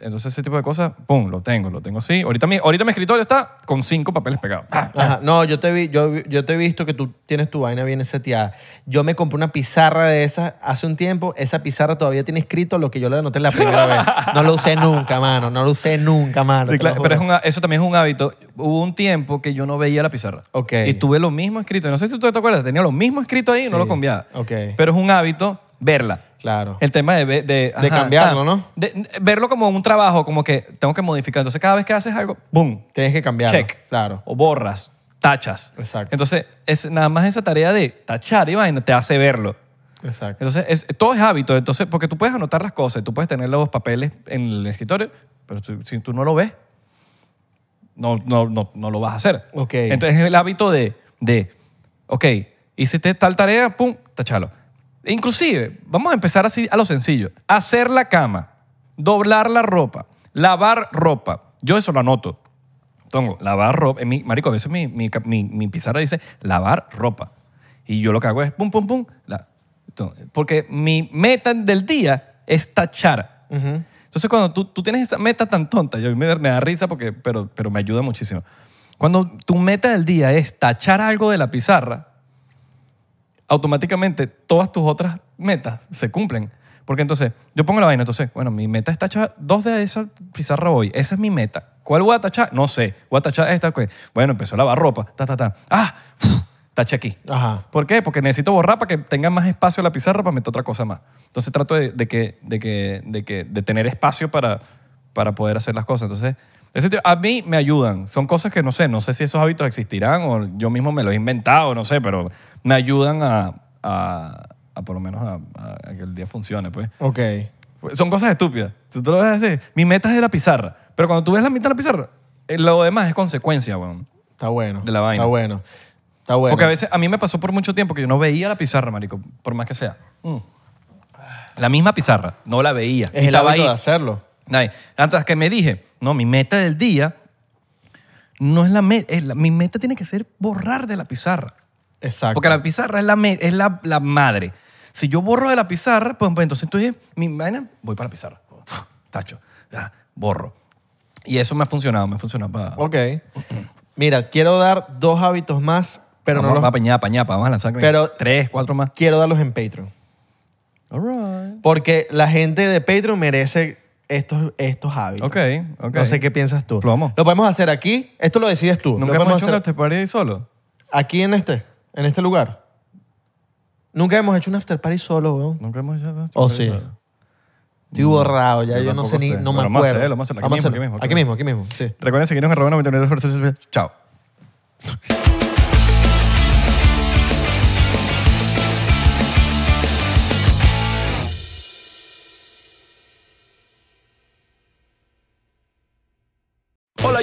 Speaker 1: Entonces ese tipo de cosas, pum, lo tengo, lo tengo así. Ahorita mi, ahorita mi escritorio está con cinco papeles pegados. Ah, Pa.
Speaker 2: Ajá. No, yo te, vi, yo, vi- yo te he visto que tú tienes tu vaina bien seteada. Yo me compré una pizarra de esas hace un tiempo. Esa pizarra todavía tiene escrito lo que yo le anoté la primera vez. No lo usé nunca, mano. No lo usé nunca, mano.
Speaker 1: Sí,
Speaker 2: te lo
Speaker 1: claro, pero es
Speaker 2: juro.
Speaker 1: un há- eso también es un hábito. Hubo un tiempo que yo no veía la pizarra.
Speaker 2: Ok.
Speaker 1: Y tuve lo mismo escrito. No sé si tú te acuerdas, tenía lo mismo escrito ahí y no
Speaker 2: Sí.
Speaker 1: lo cambiaba.
Speaker 2: Ok.
Speaker 1: Pero es un hábito verla.
Speaker 2: Claro.
Speaker 1: El tema de... ve- De, ajá,
Speaker 2: cambiarlo, ¿no?
Speaker 1: de- verlo como un trabajo, como que tengo que modificar. Entonces cada vez que haces algo, boom,
Speaker 2: Tienes que cambiarlo.
Speaker 1: check.
Speaker 2: Claro.
Speaker 1: O borras, tachas.
Speaker 2: Exacto.
Speaker 1: Entonces es, nada más esa tarea de tachar y vaina te hace verlo.
Speaker 2: Exacto.
Speaker 1: Entonces, es- todo es hábito. Entonces, porque tú puedes anotar las cosas, tú puedes tener los papeles en el escritorio, pero tú- si tú no lo ves, no, no, no, no lo vas a hacer.
Speaker 2: Ok.
Speaker 1: Entonces, es el hábito de, de, ok, hiciste tal tarea, pum, tachalo. E Inclusive, vamos a empezar así a lo sencillo. Hacer la cama, doblar la ropa, lavar ropa. Yo eso lo anoto. Tengo lavar ropa. En mi, marico, a veces mi, mi, ca- mi- mi pizarra dice lavar ropa. Y yo lo que hago es pum, pum, pum. la- Entonces, porque mi meta del día es tachar.
Speaker 2: Ujú.
Speaker 1: Entonces, cuando tú, tú tienes esa meta tan tonta, yo, me, me da risa porque, pero, pero me ayuda muchísimo. Cuando tu meta del día es tachar algo de la pizarra, automáticamente todas tus otras metas se cumplen. Porque entonces, yo pongo la vaina, entonces, bueno, mi meta es tachar dos de esas pizarras hoy. Esa es mi meta. ¿Cuál voy a tachar? No sé. Voy a tachar esta. ok. Bueno, empezó a lavar ropa. Ta, ta, ta. Ah, taché aquí.
Speaker 2: Ajá.
Speaker 1: ¿Por qué? Porque necesito borrar para que tenga más espacio la pizarra para meter otra cosa más. Entonces trato de, de que, de, que, de, que, de tener espacio para, para poder hacer las cosas. Entonces, ese tipo- a mí me ayudan. Son cosas que no sé, no sé si esos hábitos existirán o yo mismo me los he inventado, no sé, pero me ayudan a, a- a por lo menos a, a- a que el día funcione. pues.
Speaker 2: Ok.
Speaker 1: Son cosas estúpidas. Si tú lo ves así, mi meta es de la pizarra. Pero cuando tú ves la mitad de la pizarra, eh, lo demás es consecuencia, weón.
Speaker 2: Está bueno.
Speaker 1: De la vaina.
Speaker 2: Está bueno. Está bueno.
Speaker 1: Porque a veces, a mí me pasó por mucho tiempo que yo no veía la pizarra, marico, por más que sea. La misma pizarra, no la veía. Y
Speaker 2: Mm. es el
Speaker 1: estaba
Speaker 2: hábito
Speaker 1: ahí.
Speaker 2: de hacerlo.
Speaker 1: Ay, Hasta que me dije, no, mi meta del día no es la meta. mi meta tiene que ser borrar de la pizarra.
Speaker 2: Exacto.
Speaker 1: Porque la pizarra es la, me- es la, la madre. Si yo borro de la pizarra, pues, pues, entonces estoy, mi vaina, voy para la pizarra. Tacho, ya, borro. Y eso me ha funcionado, me ha funcionado para...
Speaker 2: Ok. Mira, quiero dar dos hábitos más, pero
Speaker 1: vamos,
Speaker 2: no
Speaker 1: va
Speaker 2: los...
Speaker 1: pa' ñapa, ñapa, vamos a lanzar
Speaker 2: Pero-
Speaker 1: tres, cuatro más.
Speaker 2: Quiero darlos en Patreon.
Speaker 1: All right.
Speaker 2: Porque la gente de Patreon merece estos, estos hábitos.
Speaker 1: Ok, ok.
Speaker 2: No sé qué piensas tú.
Speaker 1: Plomo.
Speaker 2: Lo podemos hacer aquí. Esto lo decides tú.
Speaker 1: Nunca
Speaker 2: lo
Speaker 1: hemos
Speaker 2: podemos
Speaker 1: hecho un
Speaker 2: hacer
Speaker 1: after party solo.
Speaker 2: aquí en este, en este lugar. Nunca hemos hecho un after party solo, weón.
Speaker 1: Nunca hemos hecho un after
Speaker 2: Oh,
Speaker 1: party
Speaker 2: sí.
Speaker 1: solo.
Speaker 2: Estoy borrado ya.
Speaker 1: yo
Speaker 2: Yo, no sé
Speaker 1: tampoco
Speaker 2: ni,
Speaker 1: sé.
Speaker 2: no me
Speaker 1: Bueno,
Speaker 2: acuerdo.
Speaker 1: vamos a hacerlo, vamos a hacerlo. Aquí mismo, aquí mismo,
Speaker 2: Aquí
Speaker 1: aquí
Speaker 2: mismo, aquí mismo, sí.
Speaker 1: Recuerden seguirnos en arroba 99 Chao.
Speaker 3: Hola,